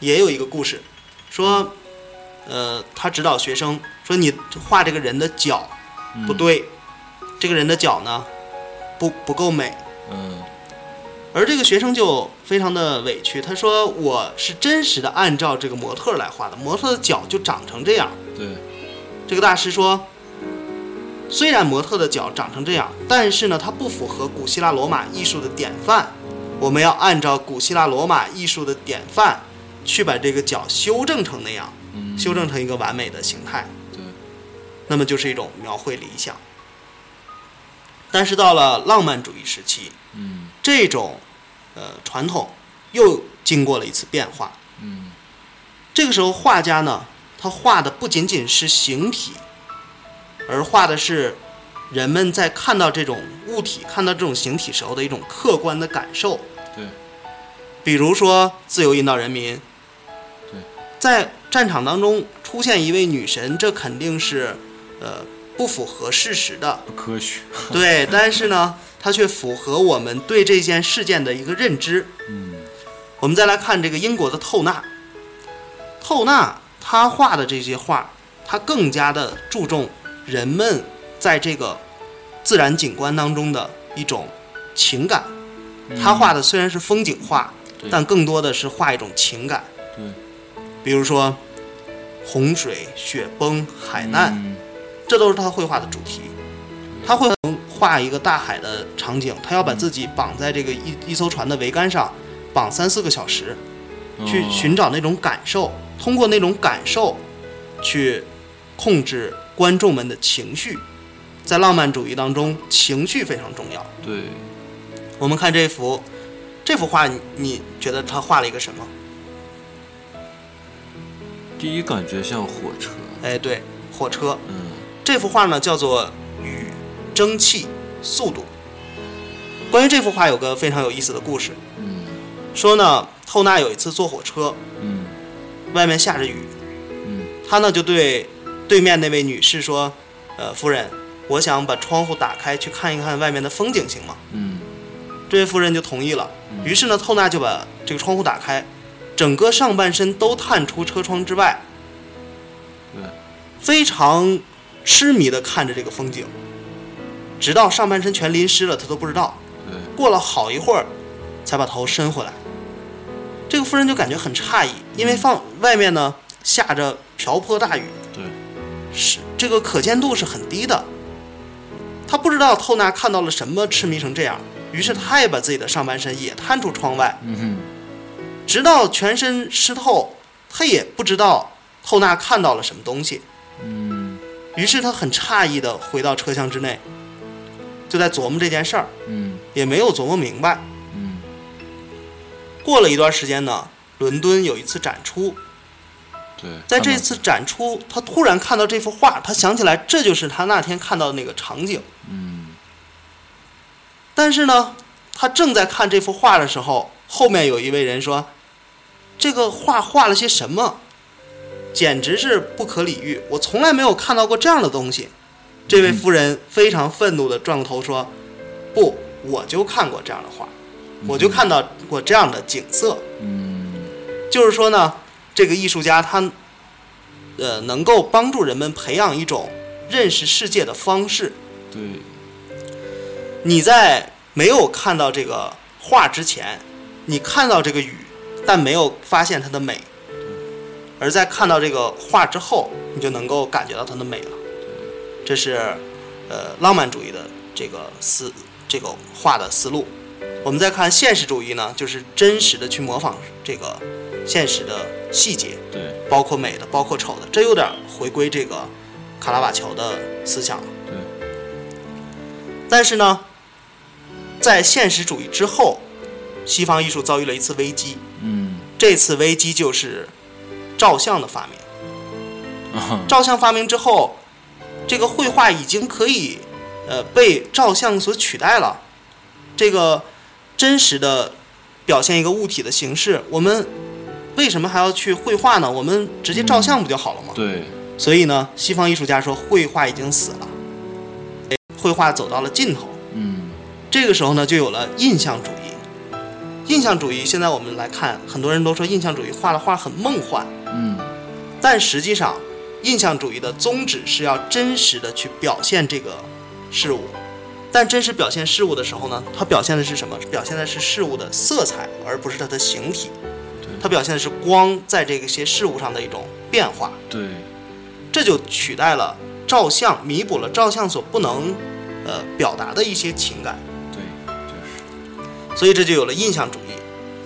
[SPEAKER 1] 也有一个故事，说，呃，他指导学生说你画这个人的脚
[SPEAKER 2] 嗯
[SPEAKER 1] 不对，这个人的脚呢不不够美。
[SPEAKER 2] 嗯
[SPEAKER 1] 而这个学生就非常的委屈，他说我是真实的按照这个模特儿来画的，模特的脚就长成这样。
[SPEAKER 2] 对，
[SPEAKER 1] 这个大师说，虽然模特的脚长成这样，但是呢，它不符合古希腊罗马艺术的典范。我们要按照古希腊罗马艺术的典范，去把这个脚修正成那样，
[SPEAKER 2] 嗯
[SPEAKER 1] 修正成一个完美的形态，
[SPEAKER 2] 对，
[SPEAKER 1] 那么就是一种描绘理想。但是到了浪漫主义时期，
[SPEAKER 2] 嗯
[SPEAKER 1] 这种呃传统又经过了一次变化。
[SPEAKER 2] 嗯
[SPEAKER 1] 这个时候，画家呢，他画的不仅仅是形体，而画的是人们在看到这种物体、看到这种形体时候的一种客观的感受。
[SPEAKER 2] 对，
[SPEAKER 1] 比如说，自由引导人民。
[SPEAKER 2] 对，
[SPEAKER 1] 在战场当中出现一位女神，这肯定是呃不符合事实的。
[SPEAKER 2] 不科学，
[SPEAKER 1] 对，但是呢，它却符合我们对这件事件的一个认知。
[SPEAKER 2] 嗯
[SPEAKER 1] 我们再来看这个英国的透纳，透纳他画的这些画，他更加的注重人们在这个自然景观当中的一种情感。他画的虽然是风景画，
[SPEAKER 2] 对
[SPEAKER 1] 但更多的是画一种情感，
[SPEAKER 2] 对
[SPEAKER 1] 比如说洪水、雪崩、海难，
[SPEAKER 2] 嗯
[SPEAKER 1] 这都是他绘画的主题。他会画一个大海的场景，他要把自己绑在这个一一艘船的桅杆上，绑三四个小时。去
[SPEAKER 2] 哦
[SPEAKER 1] 寻找那种感受，通过那种感受去控制观众们的情绪。在浪漫主义当中，情绪非常重要。
[SPEAKER 2] 对，
[SPEAKER 1] 我们看这幅这幅画你你觉得他画了一个什么？
[SPEAKER 2] 第一感觉像火车，
[SPEAKER 1] 哎，对，火车。
[SPEAKER 2] 嗯，
[SPEAKER 1] 这幅画呢叫做《雨、蒸汽、速度》。关于这幅画有个非常有意思的故事，
[SPEAKER 2] 嗯
[SPEAKER 1] 说呢，透纳有一次坐火车，
[SPEAKER 2] 嗯
[SPEAKER 1] 外面下着雨，
[SPEAKER 2] 嗯
[SPEAKER 1] 他呢就对对面那位女士说：“呃，夫人，我想把窗户打开去看一看外面的风景，行吗
[SPEAKER 2] 嗯，？”
[SPEAKER 1] 这位夫人就同意了。于是呢，透纳就把这个窗户打开，整个上半身都探出车窗之外，
[SPEAKER 2] 对，
[SPEAKER 1] 非常痴迷地看着这个风景，直到上半身全淋湿了，他都不知道。
[SPEAKER 2] 对，
[SPEAKER 1] 过了好一会儿，才把头伸回来。这个夫人就感觉很诧异，因为放外面呢下着瓢泼大雨，
[SPEAKER 2] 对，
[SPEAKER 1] 是这个可见度是很低的。他不知道透纳看到了什么，痴迷成这样。于是他也把自己的上半身也探出窗外，
[SPEAKER 2] 嗯哼，
[SPEAKER 1] 直到全身湿透，他也不知道透纳看到了什么东西。
[SPEAKER 2] 嗯
[SPEAKER 1] 于是他很诧异地回到车厢之内，就在琢磨这件事儿，
[SPEAKER 2] 嗯
[SPEAKER 1] 也没有琢磨明白。
[SPEAKER 2] 嗯
[SPEAKER 1] 过了一段时间呢，伦敦有一次展出，
[SPEAKER 2] 对，
[SPEAKER 1] 在
[SPEAKER 2] 看
[SPEAKER 1] 这
[SPEAKER 2] 到
[SPEAKER 1] 次展出，他突然看到这幅画，他想起来这就是他那天看到的那个场景。
[SPEAKER 2] 嗯
[SPEAKER 1] 但是呢，他正在看这幅画的时候，后面有一位人说：“这个画画了些什么？简直是不可理喻！我从来没有看到过这样的东西。”这位夫人非常愤怒地转过头说：“不，我就看过这样的画，我就看到过这样的景色。
[SPEAKER 2] 嗯
[SPEAKER 1] 就是说呢，这个艺术家他，呃，能够帮助人们培养一种认识世界的方式。
[SPEAKER 2] 对，
[SPEAKER 1] 你在没有看到这个画之前，你看到这个雨，但没有发现它的美；而在看到这个画之后，你就能够感觉到它的美了。这是呃浪漫主义的这个思这个画的思路。我们再看现实主义呢，就是真实的去模仿这个现实的细节，
[SPEAKER 2] 对
[SPEAKER 1] 包括美的，包括丑的，这有点回归这个卡拉瓦乔的思想了。
[SPEAKER 2] 对，
[SPEAKER 1] 但是呢，在现实主义之后，西方艺术遭遇了一次危机。
[SPEAKER 2] 嗯
[SPEAKER 1] 这次危机就是照相的发明。
[SPEAKER 2] 啊，
[SPEAKER 1] 照相发明之后，这个绘画已经可以呃被照相所取代了。这个真实的表现一个物体的形式，我们为什么还要去绘画呢？我们直接照相不就好了吗？
[SPEAKER 2] 对，
[SPEAKER 1] 所以呢，西方艺术家说绘画已经死了，绘画走到了尽头。
[SPEAKER 2] 嗯
[SPEAKER 1] 这个时候呢，就有了印象主义。印象主义现在我们来看，很多人都说印象主义画的画很梦幻，
[SPEAKER 2] 嗯
[SPEAKER 1] 但实际上，印象主义的宗旨是要真实的去表现这个事物。但真实表现事物的时候呢，它表现的是什么？表现的是事物的色彩，而不是它的形体。它表现的是光在这个些事物上的一种变化。
[SPEAKER 2] 对，
[SPEAKER 1] 这就取代了照相，弥补了照相所不能，呃，表达的一些情感。
[SPEAKER 2] 对，就是，
[SPEAKER 1] 所以这就有了印象主义。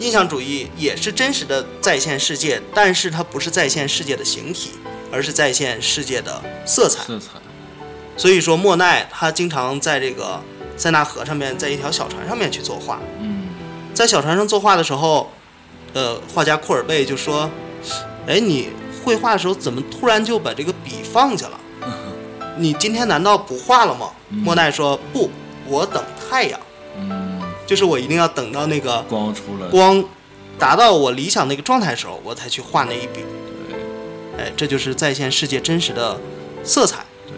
[SPEAKER 1] 印象主义也是真实的再现世界，但是它不是再现世界的形体，而是再现世界的色彩。
[SPEAKER 2] 色彩，
[SPEAKER 1] 所以说，莫奈他经常在这个塞纳河上面，在一条小船上面去作画。
[SPEAKER 2] 嗯
[SPEAKER 1] 在小船上作画的时候，呃，画家库尔贝就说：“哎，你绘画的时候怎么突然就把这个笔放下了？ 你今天难道不画了吗？”
[SPEAKER 2] 嗯
[SPEAKER 1] 莫奈说：“不，我等太阳，
[SPEAKER 2] 嗯，
[SPEAKER 1] 就是我一定要等到那个
[SPEAKER 2] 光出来，
[SPEAKER 1] 光达到我理想那个状态的时候，我才去画那一笔。哎，这就是再现世界真实的色彩。
[SPEAKER 2] 对，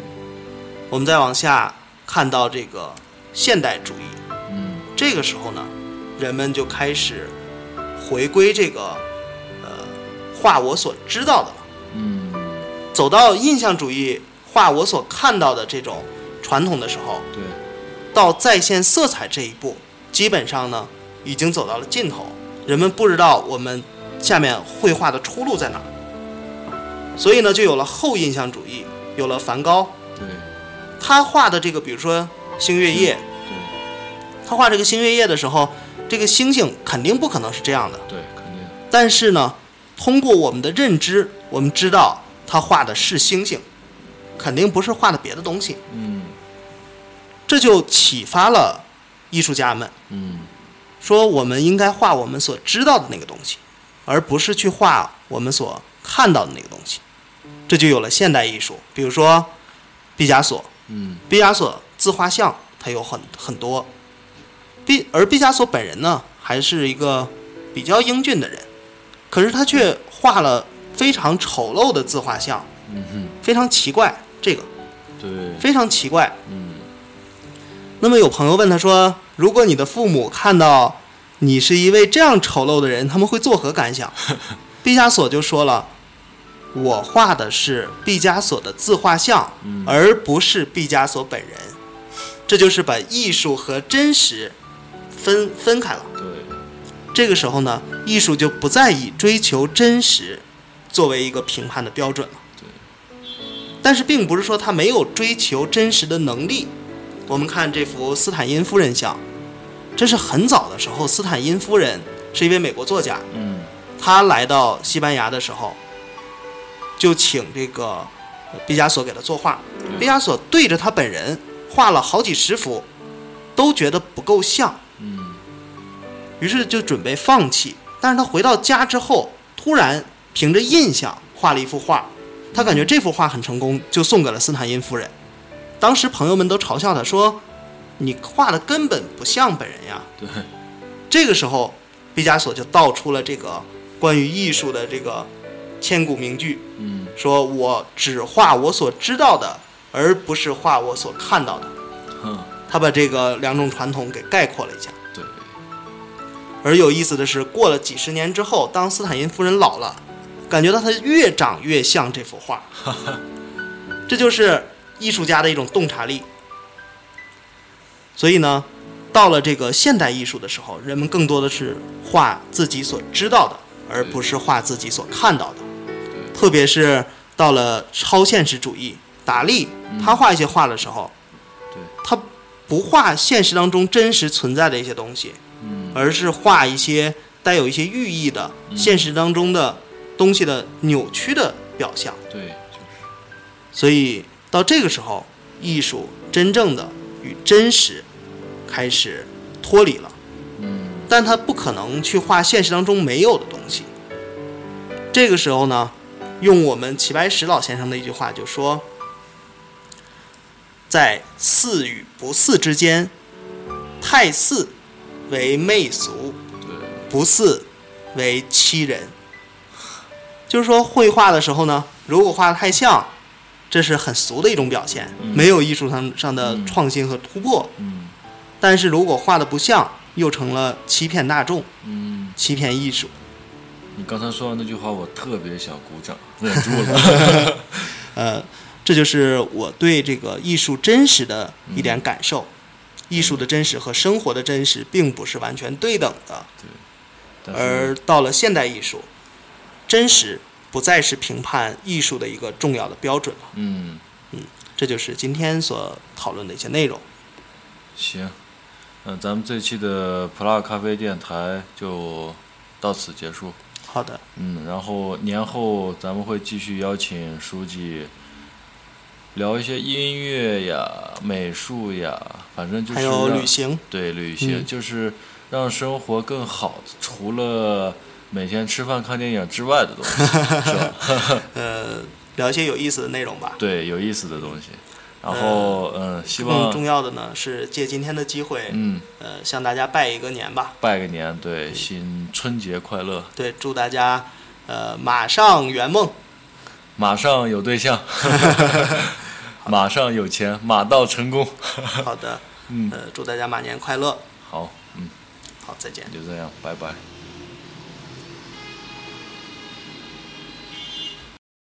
[SPEAKER 1] 我们再往下看到这个现代主义，
[SPEAKER 2] 嗯
[SPEAKER 1] 这个时候呢，人们就开始回归这个呃画我所知道的了，
[SPEAKER 2] 嗯，
[SPEAKER 1] 走到印象主义画我所看到的这种传统的时候，
[SPEAKER 2] 对，
[SPEAKER 1] 到再现色彩这一步，基本上呢已经走到了尽头。人们不知道我们下面绘画的出路在哪儿，所以呢，就有了后印象主义，有了梵高，
[SPEAKER 2] 对，
[SPEAKER 1] 他画的这个，比如说星月夜，
[SPEAKER 2] 对
[SPEAKER 1] 他画这个星月夜的时候，这个星星肯定不可能是这样的，
[SPEAKER 2] 对，肯定，
[SPEAKER 1] 但是呢，通过我们的认知，我们知道他画的是星星，肯定不是画的别的东西，
[SPEAKER 2] 嗯
[SPEAKER 1] 这就启发了艺术家们。
[SPEAKER 2] 嗯
[SPEAKER 1] 说我们应该画我们所知道的那个东西，而不是去画我们所看到的那个东西。这就有了现代艺术，比如说毕加索，
[SPEAKER 2] 嗯
[SPEAKER 1] 毕加索自画像，它有很很多。毕而毕加索本人呢，还是一个比较英俊的人，可是他却画了非常丑陋的自画像，
[SPEAKER 2] 嗯哼，
[SPEAKER 1] 非常奇怪，这个
[SPEAKER 2] 对，
[SPEAKER 1] 非常奇怪。
[SPEAKER 2] 嗯
[SPEAKER 1] 那么有朋友问他说：“如果你的父母看到你是一位这样丑陋的人，他们会作何感想？” 毕加索就说了：“我画的是毕加索的自画像，
[SPEAKER 2] 嗯
[SPEAKER 1] 而不是毕加索本人。”这就是把艺术和真实分分开了。
[SPEAKER 2] 对，
[SPEAKER 1] 这个时候呢，艺术就不再以追求真实作为一个评判的标准了。但是并不是说他没有追求真实的能力。我们看这幅斯坦因夫人像，这是很早的时候，斯坦因夫人是一位美国作家，
[SPEAKER 2] 嗯
[SPEAKER 1] 她来到西班牙的时候，就请这个呃毕加索给她作画。
[SPEAKER 2] 对
[SPEAKER 1] 毕加索对着她本人画了好几十幅，都觉得不够像。
[SPEAKER 2] 嗯
[SPEAKER 1] 于是就准备放弃。但是他回到家之后，突然凭着印象画了一幅画，他感觉这幅画很成功，就送给了斯坦因夫人。当时朋友们都嘲笑他说：“你画的根本不像本人呀。
[SPEAKER 2] 对，”
[SPEAKER 1] 这个时候，毕加索就道出了这个关于艺术的这个千古名句，
[SPEAKER 2] 嗯
[SPEAKER 1] 说：“我只画我所知道的，而不是画我所看到的。
[SPEAKER 2] 哼，”
[SPEAKER 1] 他把这个两种传统给概括了一下。
[SPEAKER 2] 对，
[SPEAKER 1] 而有意思的是，过了几十年之后，当斯坦因夫人老了，感觉到她越长越像这幅画，这就是艺术家的一种洞察力。所以呢，到了这个现代艺术的时候，人们更多的是画自己所知道的，而不是画自己所看到的。特别是到了超现实主义，达利他画一些画的时候，
[SPEAKER 2] 对
[SPEAKER 1] 他不画现实当中真实存在的一些东西，
[SPEAKER 2] 嗯
[SPEAKER 1] 而是画一些带有一些寓意的现实当中的东西的扭曲的表象。
[SPEAKER 2] 对，就是
[SPEAKER 1] 所以到这个时候，艺术真正的与真实开始脱离了，
[SPEAKER 2] 嗯
[SPEAKER 1] 但它不可能去画现实当中没有的东西。这个时候呢，用我们齐白石老先生的一句话就说，在似与不似之间，太似为媚俗。
[SPEAKER 2] 对，
[SPEAKER 1] 不似为欺人。就是说，绘画的时候呢，如果画的太像，这是很俗的一种表现，
[SPEAKER 2] 嗯
[SPEAKER 1] 没有艺术上上的
[SPEAKER 2] 嗯
[SPEAKER 1] 创新和突破。
[SPEAKER 2] 嗯
[SPEAKER 1] 但是如果画的不像，又成了欺骗大众、
[SPEAKER 2] 嗯。
[SPEAKER 1] 欺骗艺术。
[SPEAKER 2] 你刚才说完那句话，我特别想鼓掌，忍住了。
[SPEAKER 1] 呃，这就是我对这个艺术真实的一
[SPEAKER 2] 嗯
[SPEAKER 1] 点感受。艺术的真实和生活的真实并不是完全对等的，
[SPEAKER 2] 但
[SPEAKER 1] 而
[SPEAKER 2] 是，
[SPEAKER 1] 到了现代艺术，真实不再是评判艺术的一个重要的标准了。
[SPEAKER 2] 嗯，
[SPEAKER 1] 这就是今天所讨论的一些内容。
[SPEAKER 2] 行，嗯，咱们这期的普拉咖啡电台就到此结束。
[SPEAKER 1] 好的，
[SPEAKER 2] 嗯，然后年后咱们会继续邀请书记聊一些音乐呀、美术呀，反正就是
[SPEAKER 1] 还有
[SPEAKER 2] 让
[SPEAKER 1] 旅行，
[SPEAKER 2] 对旅行、
[SPEAKER 1] 嗯
[SPEAKER 2] 就是让生活更好，除了每天吃饭看电影之外的东西， 是吧？
[SPEAKER 1] 呃，聊一些有意思的内容吧。
[SPEAKER 2] 对，有意思的东西。然后，嗯，希
[SPEAKER 1] 更呃重
[SPEAKER 2] 望，
[SPEAKER 1] 要的呢是借今天的机会，
[SPEAKER 2] 嗯，
[SPEAKER 1] 呃，向大家拜一个年吧。
[SPEAKER 2] 拜个年，对，新春节快乐，
[SPEAKER 1] 对，祝大家呃马上圆梦。
[SPEAKER 2] 马上有对象，马上有钱，马到成功。
[SPEAKER 1] 好的，
[SPEAKER 2] 嗯
[SPEAKER 1] 呃，祝大家马年快乐。
[SPEAKER 2] 好，嗯，
[SPEAKER 1] 好，再见。
[SPEAKER 2] 就这样，拜拜。